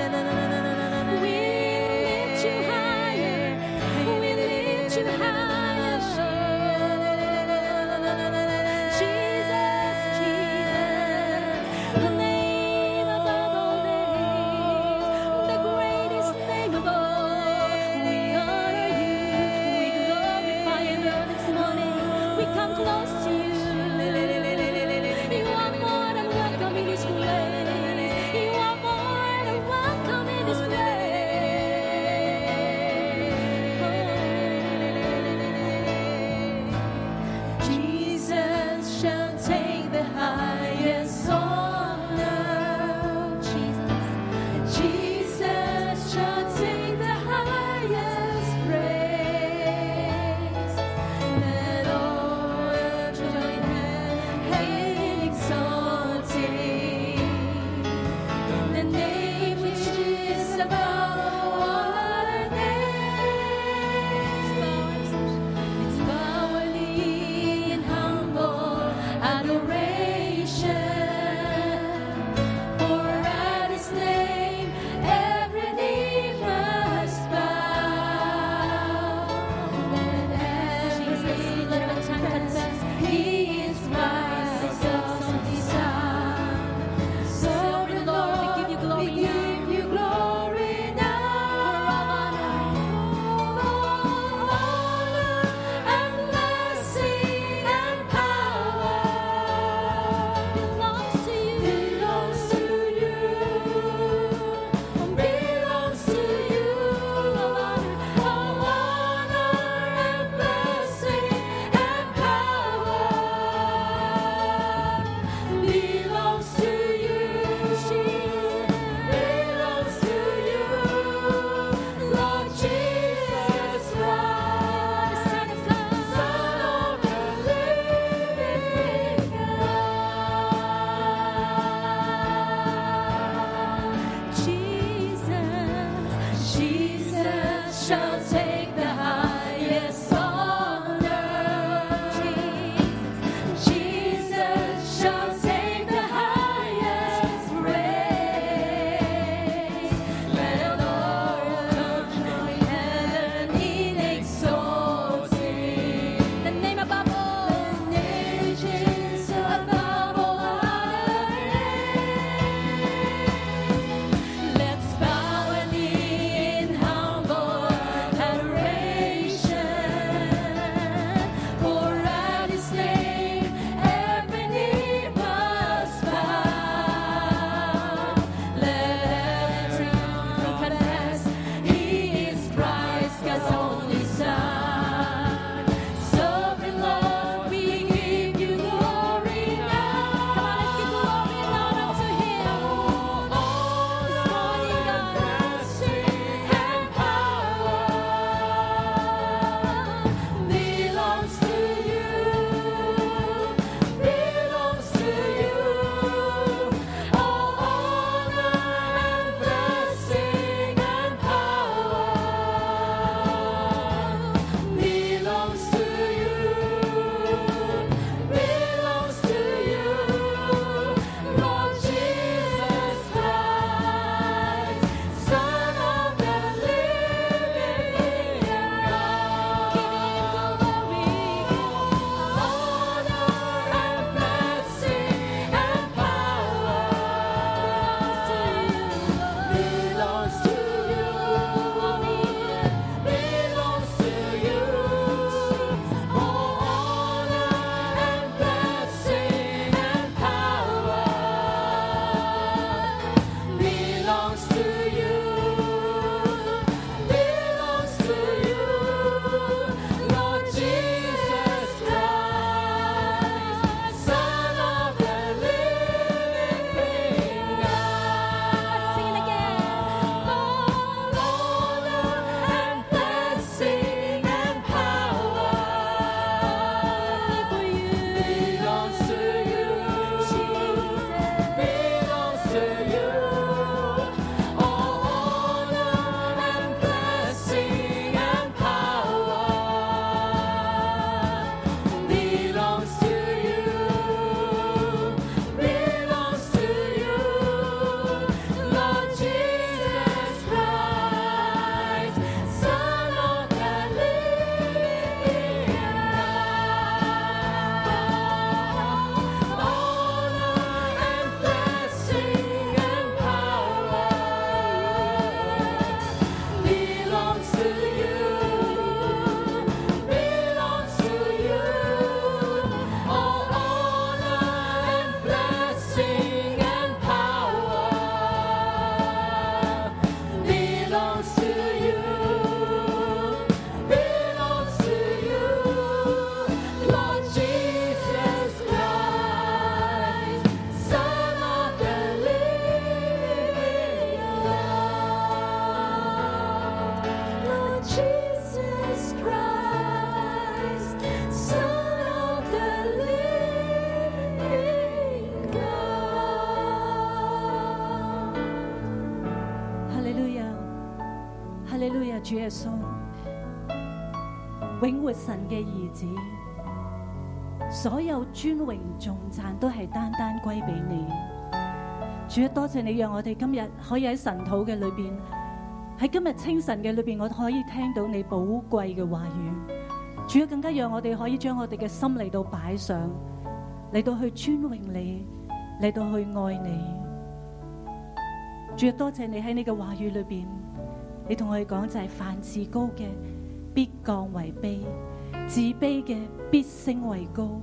Speaker 4: We lift you higher. We lift you higher. Jesus, Jesus, the name above all names, the greatest name of all. We honor you. We glorify you this morning. We come close to you. You are more than welcome in this place. You are more than welcome in this place. Jesus shall take the highest honor. Jesus, Jesus shall take the highest praise. Let all join and exalt Him. The name which is above all other names. It's bowing and humble adoration. For at His name every knee must bow, and every tongue confess He is my sovereign So the Lord, we give You glory, we give You glory now, and blessing and power belongs to you. Belongs to you. Belongs to you. All honor and blessing and power belongs to you. Jesus belongs to you, Lord Jesus Christ, Son of the Living God. Jesus, Jesus shall take the highest honor. Jesus, Jesus shall take the highest praise. Let all join heaven in exalting the name above all, the name which is above all other names. Let's bow and kneel in humble adoration.
Speaker 5: 利路亞，主耶穌，永活神嘅兒子，所有尊榮重讚都係單單歸俾你。主啊，多謝你讓我哋今日可以喺神土嘅裏邊，喺今日清晨嘅裏邊，我可以聽到你寶貴嘅話語。主啊，更加讓我哋可以將我哋嘅心嚟到擺上，嚟到去尊榮你，嚟到去愛你。主啊，多謝你喺你嘅話語裏邊，你同我哋講就係凡自高嘅必降為卑，自卑嘅必升為高；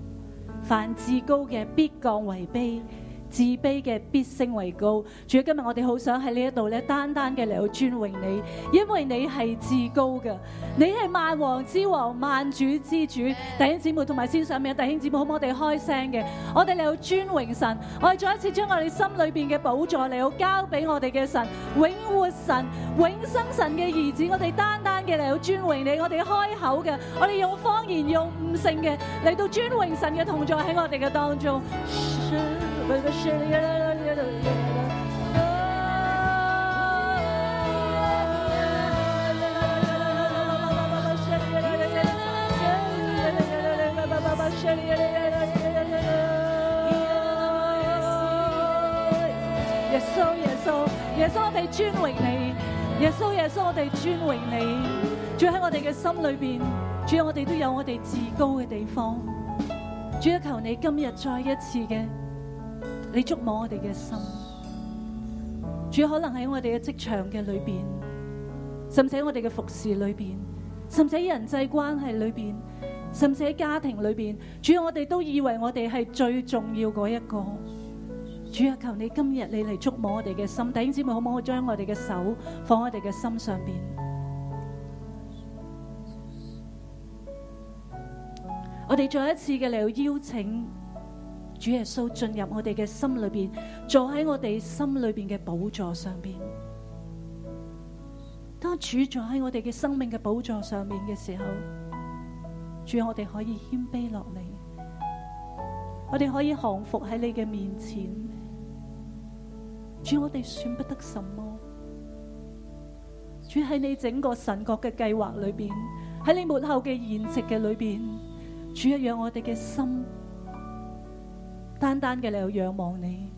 Speaker 5: 凡自高嘅必降為卑，自卑嘅必升為高。主啊，今日我哋好想喺呢一度咧，單單嘅嚟到尊榮你，因為你係至高嘅，你係萬王之王、萬主之主。弟兄姊妹同埋線上面嘅弟兄姊妹，可唔可以我哋開聲嘅？我哋嚟到尊榮神，我哋再一次將我哋心裏邊嘅寶座嚟到交俾我哋嘅神，永活神、永生神嘅兒子，我哋單單嘅嚟到尊榮你，我哋開口嘅，我哋用方言、用悟性嘅嚟到尊榮神嘅同在喺我哋嘅當中。耶穌，耶穌，耶穌，我哋尊榮你。耶穌，耶穌，我哋尊榮你。主喺我哋嘅心裏邊，主我哋都有我哋至高嘅地方。主啊，求你今日再一次嘅，你觸摸我哋嘅心。主可能喺我哋嘅職場嘅裏邊，甚至喺我哋嘅服侍裏邊，甚至喺人際關係裏邊，甚至喺家庭裏邊，主我哋都以為我哋係最重要嗰一個。主啊，求你今日你嚟觸摸我哋嘅心，弟兄姊妹，可唔可以將我哋嘅手放喺我哋嘅心上邊？我哋再一次嘅嚟到邀請主耶穌進入我哋嘅心裏邊，坐喺我哋心裏邊嘅寶座上邊。當主坐喺我哋嘅生命嘅寶座上面嘅時候，主啊我哋可以謙卑落嚟。我哋可以降服喺你嘅面前。主，我哋算不得什麼。主喺你整個神國嘅計劃裏邊，喺你幕後嘅筵席嘅裏邊，主啊，讓我哋嘅心單單嘅嚟到仰望你，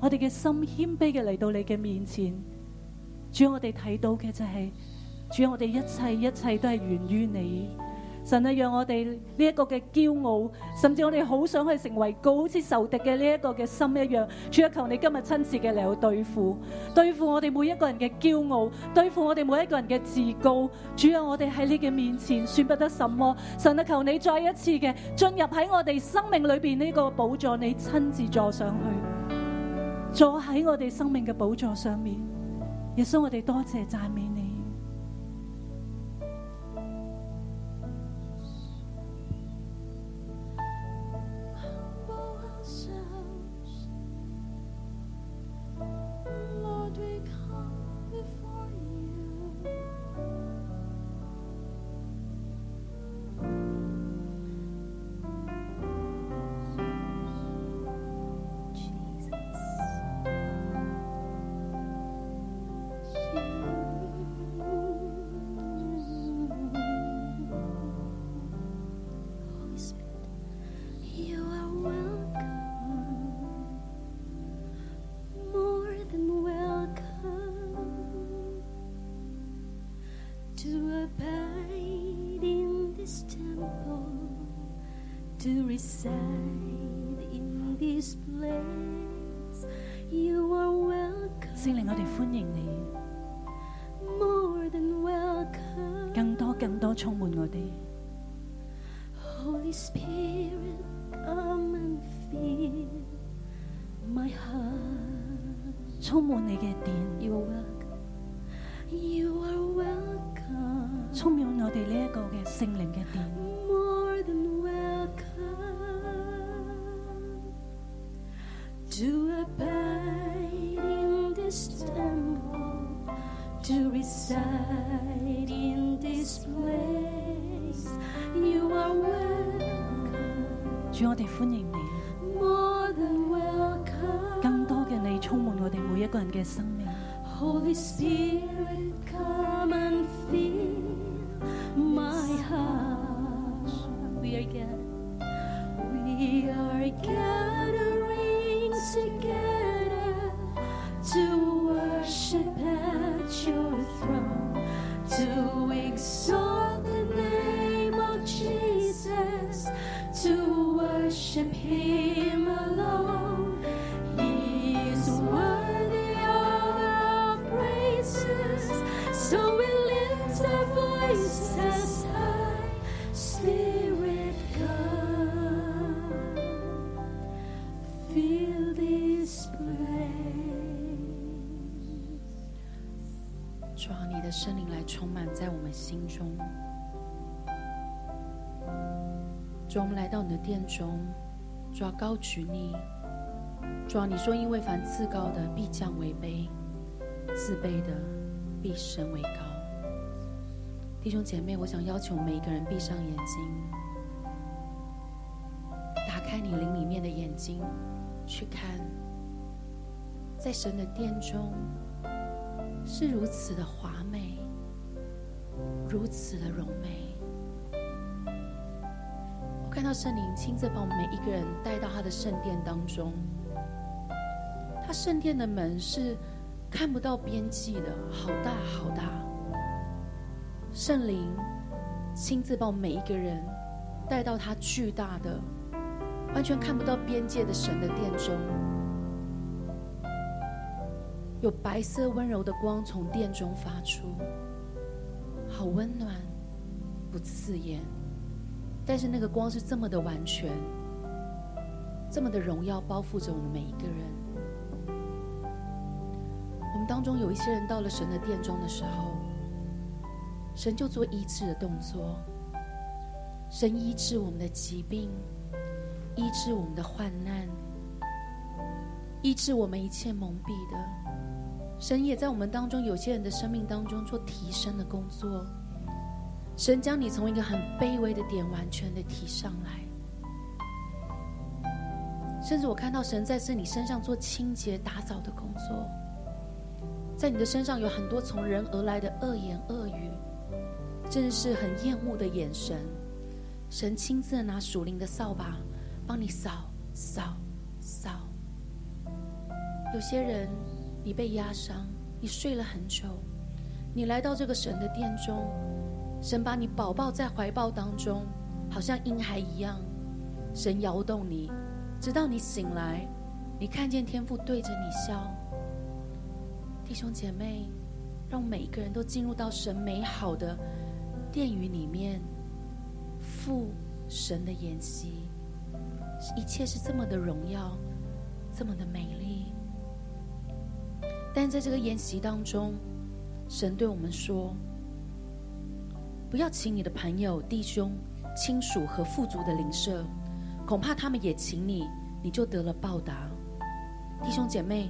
Speaker 5: 我哋嘅心謙卑嘅嚟到你嘅面前。主，我哋睇到嘅就係、主，我哋一切一切都係源於你。神啊，讓我哋呢一個嘅驕傲，甚至我哋好想去成為高，好似仇敵嘅呢一個嘅心一樣。主啊，求你今日親自嘅嚟到對付，對付我哋每一個人嘅驕傲，對付我哋每一個人嘅自高。主啊，我哋喺你嘅面前算不得什麼。神啊，求你再一次嘅進入喺我哋生命裏邊呢個寶座，你親自坐上去，坐喺我哋生命嘅寶座上面。耶穌，我哋多謝讚美你。
Speaker 4: Lord, we come before you. Holy Spirit, you are welcome more than welcome to abide in this temple, to reside in this place. You are welcome,
Speaker 5: 聖靈，我哋歡迎你。
Speaker 4: more than welcome.
Speaker 5: 更多更多充滿我哋。
Speaker 4: Holy Spirit, come and fill my heart.
Speaker 5: 充滿你嘅電，
Speaker 4: You are welcome. You are welcome.
Speaker 5: 充滿我哋呢一個嘅聖靈嘅電，
Speaker 4: More than welcome to abide in this temple, to reside in this place. You are welcome.
Speaker 5: 主我哋歡迎你，
Speaker 4: More than welcome.
Speaker 5: 更多嘅你充滿我哋每一個人嘅生命。
Speaker 4: Holy Spirit, come and fill my heart. We are gathered. We are gathering together to worship at your throne, to exalt the name of Jesus, to worship him alone. He is worthy of our praises, so we lift our voices high. Spirit, come, fill this place.
Speaker 6: 主啊，你的圣灵来充满在我们心中。主啊，我们来到你的殿中，主啊，高举你。主啊，你说因为凡自高的必降为卑，自卑的必升为高。弟兄姐妹，我想邀请我们每一个人闭上眼睛，打开你灵里面的眼睛，去看，在神的殿中。是如此的华美，如此的柔美。我看到圣灵亲自把我们每一个人带到他的圣殿当中。他圣殿的门是看不到边际的，好大好大。圣灵亲自把我们每一个人带到他巨大的、完全看不到边界的神的殿中。有白色温柔的光从殿中发出，好温暖，不刺眼，但是那个光是这么的完全，这么的荣耀包覆着我们每一个人。我们当中有一些人到了神的殿中的时候，神就做医治的动作，神医治我们的疾病，医治我们的患难，医治我们一切蒙蔽的。神也在我们当中有些人的生命当中做提升的工作。神将你从一个很卑微的点完全的提上来，甚至我看到神在是你身上做清洁打扫的工作，在你的身上有很多从人而来的恶言恶语，甚至是很厌恶的眼神。神亲自地拿属灵的扫把帮你扫扫扫。有些人你被压伤，你睡了很久，你来到这个神的殿中，神把你抱抱在怀抱当中，好像婴孩一样，神摇动你，直到你醒来，你看见天父对着你笑。弟兄姐妹，让每一个人都进入到神美好的殿宇里面，父神的筵席，一切是这么的荣耀，这么的美丽。但在这个宴席当中，神对我们说：“不要请你的朋友、弟兄、亲属和富足的邻舍，恐怕他们也请你，你就得了报答。”弟兄姐妹，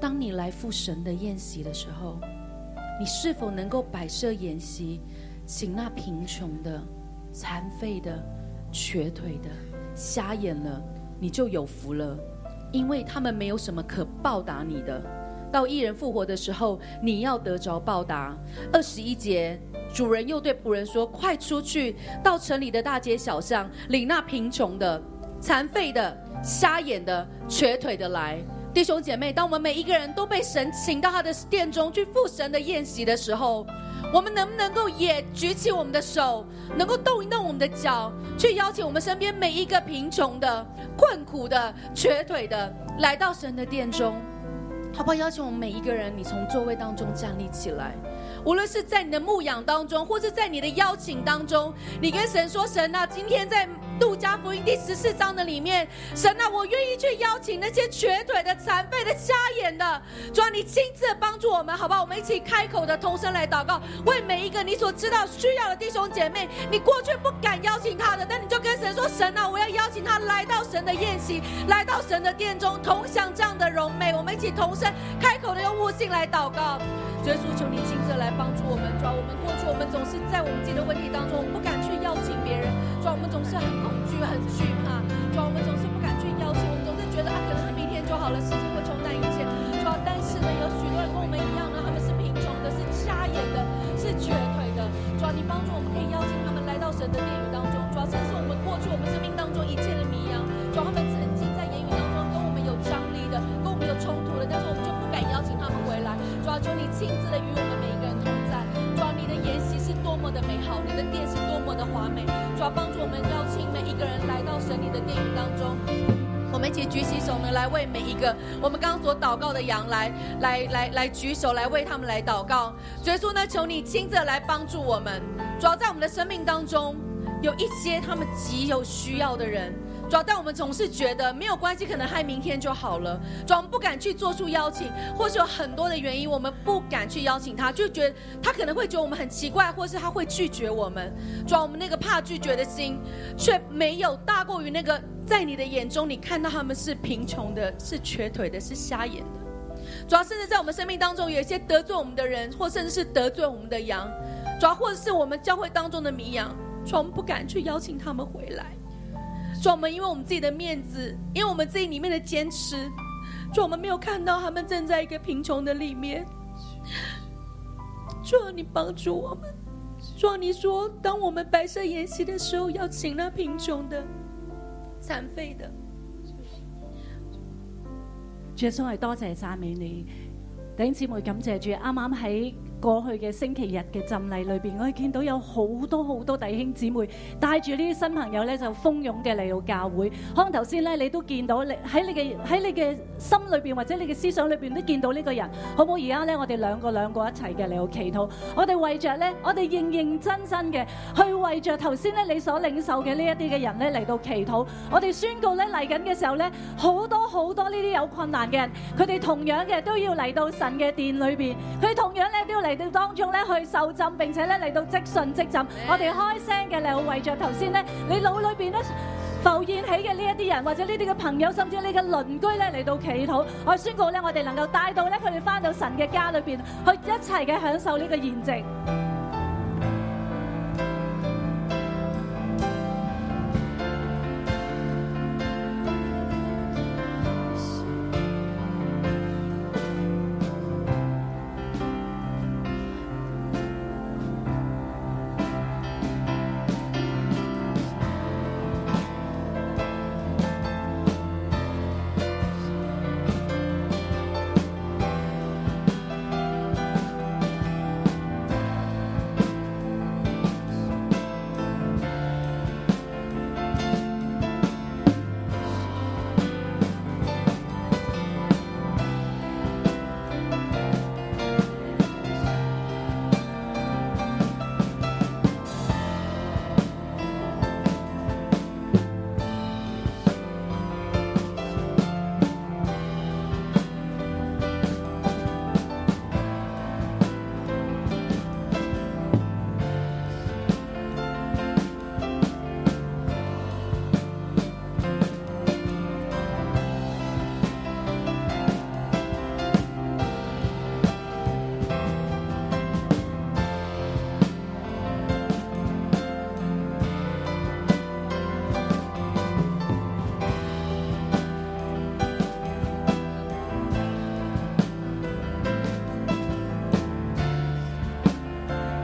Speaker 6: 当你来赴神的宴席的时候，你是否能够摆设宴席，请那贫穷的、残废的、瘸腿的、瞎眼了，你就有福了，因为他们没有什么可报答你的。到一人复活的时候，你要得着报答。二十一节，主人又对仆人说：“快出去，到城里的大街小巷，领那贫穷的、残废的、瞎眼的、瘸腿的来。”弟兄姐妹，当我们每一个人都被神请到他的殿中去赴神的宴席的时候，我们能不能够也举起我们的手，能够动一动我们的脚，去邀请我们身边每一个贫穷的、困苦的、瘸腿的，来到神的殿中？好不好？邀请我们每一个人，你从座位当中站立起来。无论是在你的牧养当中，或是在你的邀请当中，你跟神说：“神啊，今天在路加福音第十四章的里面，神啊，我愿意去邀请那些瘸腿的、残废的、瞎眼的，主啊，你亲自帮助我们，好不好？我们一起开口的同声来祷告，为每一个你所知道需要的弟兄姐妹，你过去不敢邀请他的，但你就跟神说：神啊，我要邀请他来到神的宴席，来到神的殿中，同享这样的荣美。我们一起同声开口的用悟性来祷告。主耶稣，求你亲自来帮助我们。主啊，我们过去我们总是在我们自己的问题当中，我们不敢去邀请别人。主啊，我们总是很恐惧、很惧怕。主啊，我们总是不敢去邀请，我们总是觉得啊，可能是明天就好了，事情会冲淡一切。主啊，但是呢，有许多人跟我们一样呢，他们是啊
Speaker 7: 啊好，你的殿是多么的华美。主要帮助我们邀请每一个人来到神你的殿宇当中。我们一起举起手，我们来为每一个我们刚刚所祷告的羊来来来来举手，来为他们来祷告。主耶稣呢，求你亲自来帮助我们。主啊要在我们的生命当中，有一些他们极有需要的人。主要，啊但我们总是觉得没有关系，可能还明天就好了。主啊要，我们不敢去做出邀请，或是有很多的原因，我们不敢去邀请他，就觉得他可能会觉得我们很奇怪，或是他会拒绝我们。主要，啊我们那个怕拒绝的心，却没有大过于那个在你的眼中，你看到他们是贫穷的，是瘸腿的，是瞎眼的。主要啊甚至在我们生命当中，有一些得罪我们的人，或甚至是得罪我们的羊，主啊要或者是我们教会当中的迷羊，主要啊我们不敢去邀请他们回来。主，我们因为我们自己的面子，因为我们自己里面的坚持，主，我们没有看到他们正在一个贫穷的里面。主，你帮助我们。主，你说，当我们白色筵席的时候，要请那贫穷的、残废的。
Speaker 5: 主耶穌係多謝讚美你，弟兄姊妹感謝主。啱啱喺過去嘅星期日嘅浸禮裏邊，我哋見到有好多好多弟兄姊妹帶住呢啲新朋友咧，就蜂擁嘅嚟到教會。可能頭先咧，你都見到你喺你嘅喺你嘅心裏邊或者你嘅思想裏邊都見到呢個人，好唔好？而家咧，我哋兩個兩個一齊嘅嚟到祈禱，我哋為着咧，我哋認認真真嘅去為着頭先咧你所領受嘅呢一啲嘅人咧嚟到祈禱。我哋宣告咧嚟緊嘅時候咧，好多好多呢啲有困難嘅人，佢哋同樣嘅都要嚟到神嘅殿裏邊，佢同樣咧都要嚟到當中咧去受浸，並且咧嚟到即信即浸。我哋開聲嘅嚟到為着頭先咧，你腦裏邊咧。浮現起嘅呢一啲人，或者呢啲嘅朋友，甚至你嘅鄰居咧嚟到祈禱，我宣告咧，我哋能夠帶到咧佢哋翻到神嘅家裏邊，去一齊嘅享受呢個筵席。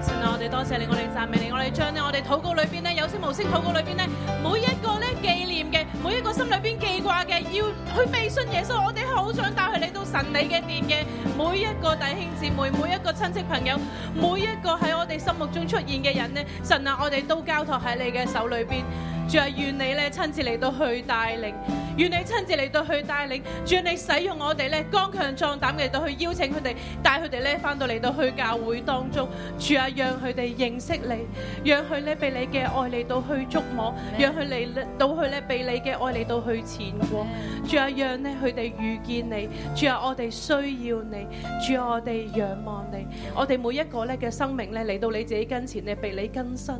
Speaker 7: 神啊，我哋多謝你，我哋讚美你，我哋將咧我哋禱告裏邊咧有聲無聲禱告裏邊咧每一個咧紀念嘅，每一個心裏邊記掛嘅，要去未信耶穌，我哋好想帶佢嚟到神你嘅殿嘅每一個弟兄姊妹，每一個親戚朋友，每一個喺我哋心目中出現嘅人咧，神啊，我哋都交託喺你嘅手裏邊。主啊，願你咧親自嚟到去帶領，願你親自嚟到去帶領，主啊你使用我哋咧剛強壯膽嘅嚟到去邀請佢哋，帶佢哋咧翻到嚟到去教會當中，主啊，讓佢哋認識你，讓佢咧被你嘅愛嚟到去觸摸，讓佢嚟到去咧被你嘅愛嚟到去前過，主啊，讓咧佢哋遇見你，主啊，我哋需要你，主啊，我哋仰望你，我哋每一個咧嘅生命咧嚟到你自己跟前咧被你更新。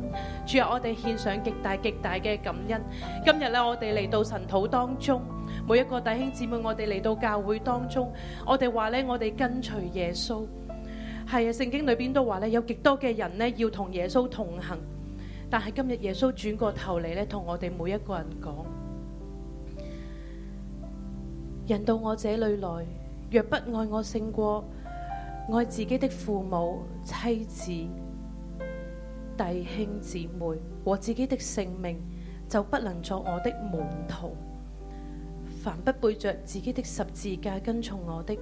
Speaker 7: 主啊，我哋獻上極大極大嘅感恩。今日咧，我哋嚟到神土當中，每一個弟兄姊妹，我哋嚟到教會當中，我哋話咧，我哋跟隨耶穌。係啊，聖經裏邊都話咧，有極多嘅人咧要同耶穌同行，但係今日耶穌轉過頭嚟咧，同我哋每一個人講：人到我這裏來，若不愛我勝過愛自己的父母、妻子。弟兄姊妹和自己的性命，就不能作我的門徒。凡不背着自己的十字架跟從我的，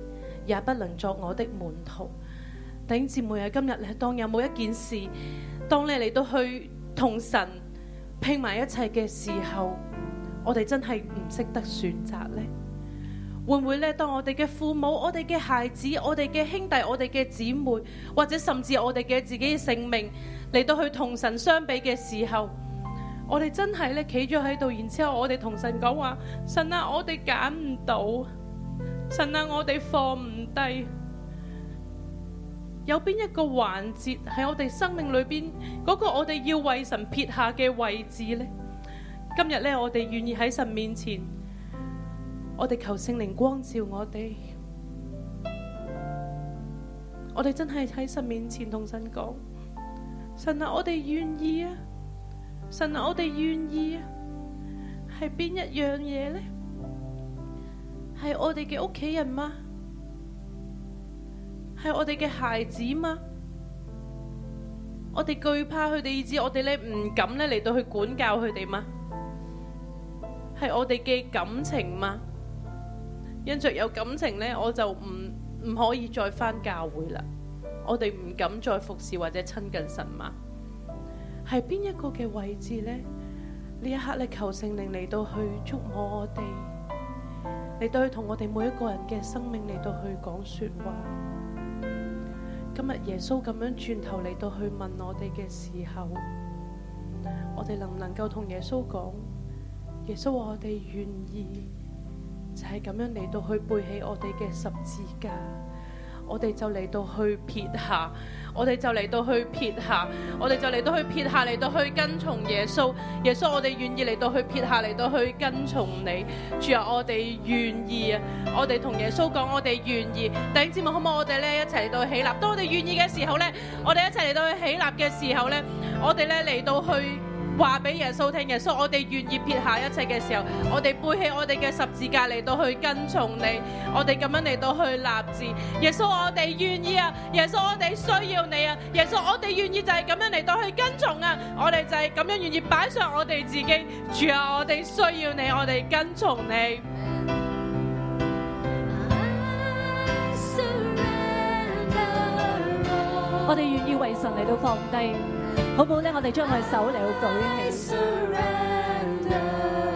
Speaker 7: 也不能作我的門徒。弟兄姊妹啊，今日咧，當有冇一件事當你嚟到去同神拼埋一齊嘅時候，我哋真係唔識得選擇呢？會唔會咧？當我哋嘅父母、我哋嘅孩子、我哋嘅兄弟、我哋嘅姊妹，或者甚至我哋嘅自己嘅性命嚟到去同神相比嘅時候，我哋真係咧企咗喺度，然之後我哋同神講話：神啊，我哋揀唔到，神啊，我哋放唔低。有邊一個環節喺我哋生命裏邊嗰個我哋要為神撇下嘅位置呢？今日咧，我哋願意喺神面前，我哋求聖靈光照我哋，我哋真係喺神面前同神講：神啊，我哋願意啊！神啊，我哋願意啊！係邊一樣嘢呢？係我哋嘅屋企人嗎？係我哋嘅孩子嘛？我哋懼怕佢哋，以致我哋咧唔敢咧嚟到去管教佢哋嘛？係我哋嘅感情嘛？因着有感情咧，我就唔唔可以再返教會啦。我哋唔敢再服侍或者親近神嘛？係邊一個嘅位置呢？呢一刻咧，求聖靈嚟到去觸摸我哋，嚟到去同我哋每一個人嘅生命嚟到去講說話。今日耶穌咁樣轉頭嚟到去問我哋嘅時候，我哋能唔能夠同耶穌講？耶穌話我哋願意，就係咁樣嚟到去背起我哋嘅十字架，我哋就嚟到去撇下，我哋就嚟到去撇下，我哋就嚟到去撇下，嚟到去跟從耶穌。耶穌，我哋願意嚟到去撇下，嚟到去跟從你。主啊，我哋願意啊！我哋同耶穌講，我哋願意。弟兄姊妹，可唔可以我哋咧一齊嚟到起立？當我哋願意嘅時候咧，我哋一齊嚟到去起立嘅時候咧，我哋咧嚟到去話俾耶穌聽，耶穌，我哋願意撇下一切嘅時候，我哋背起我哋嘅十字架嚟到去跟從你，我哋咁樣嚟到去立志。耶穌，我哋願意啊！耶穌，我哋需要你啊！耶穌，我哋願意就係咁樣嚟到去跟從啊！我哋就係咁樣願意擺上我哋自己。主啊，我哋需要你，我哋跟從你。
Speaker 4: I surrender
Speaker 5: 我哋願意為神嚟到放低，好唔好咧？我哋將我哋手嚟到舉起，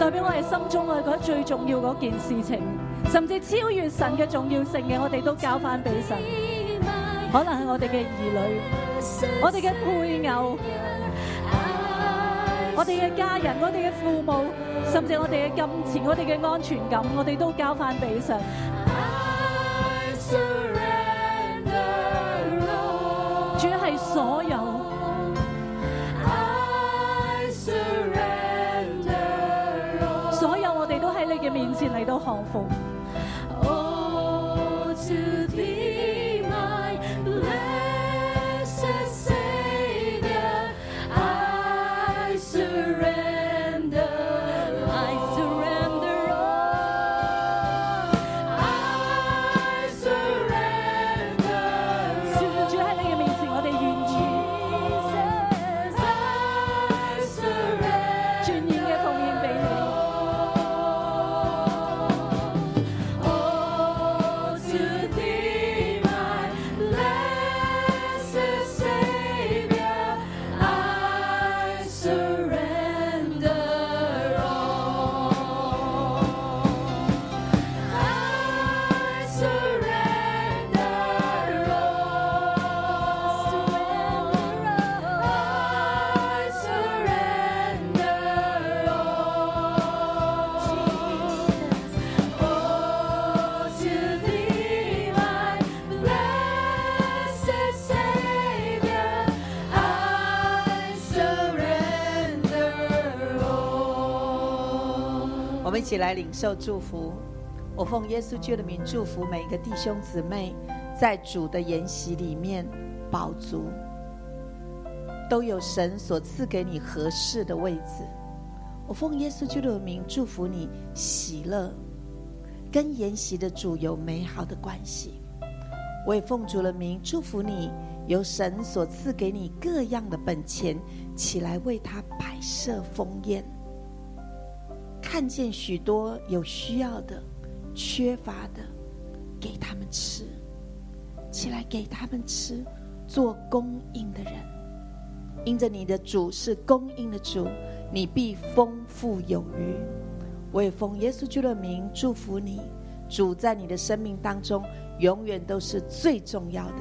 Speaker 5: 代表我哋心中我哋覺得最重要嗰件事情，甚至超越神嘅重要性嘅，我哋都交翻俾神。可能係我哋嘅兒女，我哋嘅配偶，我哋嘅家人，我哋嘅父母，甚至我哋嘅金錢，我哋嘅安全感，我哋都交翻俾神。
Speaker 4: I surrender all.
Speaker 5: 主係所有。
Speaker 4: I surrender all.
Speaker 5: 所有我哋都喺你嘅面前嚟到降服，
Speaker 4: Oh, to thee, my blessed Savior, I surrender. I surrender all. I surrender
Speaker 5: 主喺你嘅面前，我哋願
Speaker 4: Jesus, I surrender.
Speaker 5: 意全然嘅奉獻俾你。
Speaker 4: Oh, to thee, my blessed Savior, I surrender all. I surrender all. I surrender all. Oh, to thee, my blessed Savior, I surrender all.
Speaker 8: 我们一起来领受祝福。我奉耶稣基督的名祝福每一个弟兄姊妹，在主的筵席里面饱足，都有神所赐给你合适的位置。我奉耶稣基督的名祝福你喜乐，跟筵席的主有美好的关系。我也奉主的名祝福你，由神所赐给你各样的本钱，起来为他摆设丰宴。看见许多有需要的、缺乏的，给他们吃，起来给他们吃，做供应的人。因着你的主是供应的主，你必丰富有余。我也奉耶稣基督的名祝福你，主在你的生命当中永远都是最重要的。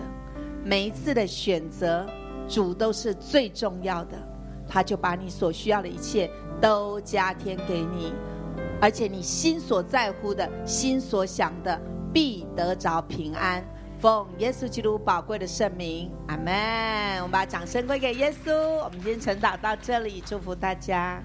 Speaker 8: 每一次的选择，主都是最重要的，他就把你所需要的一切都加添给你，而且你心所在乎的、心所想的，必得着平安。奉耶稣基督宝贵的圣名，阿门。我们把掌声归给耶稣。我们今天晨祷到这里，祝福大家。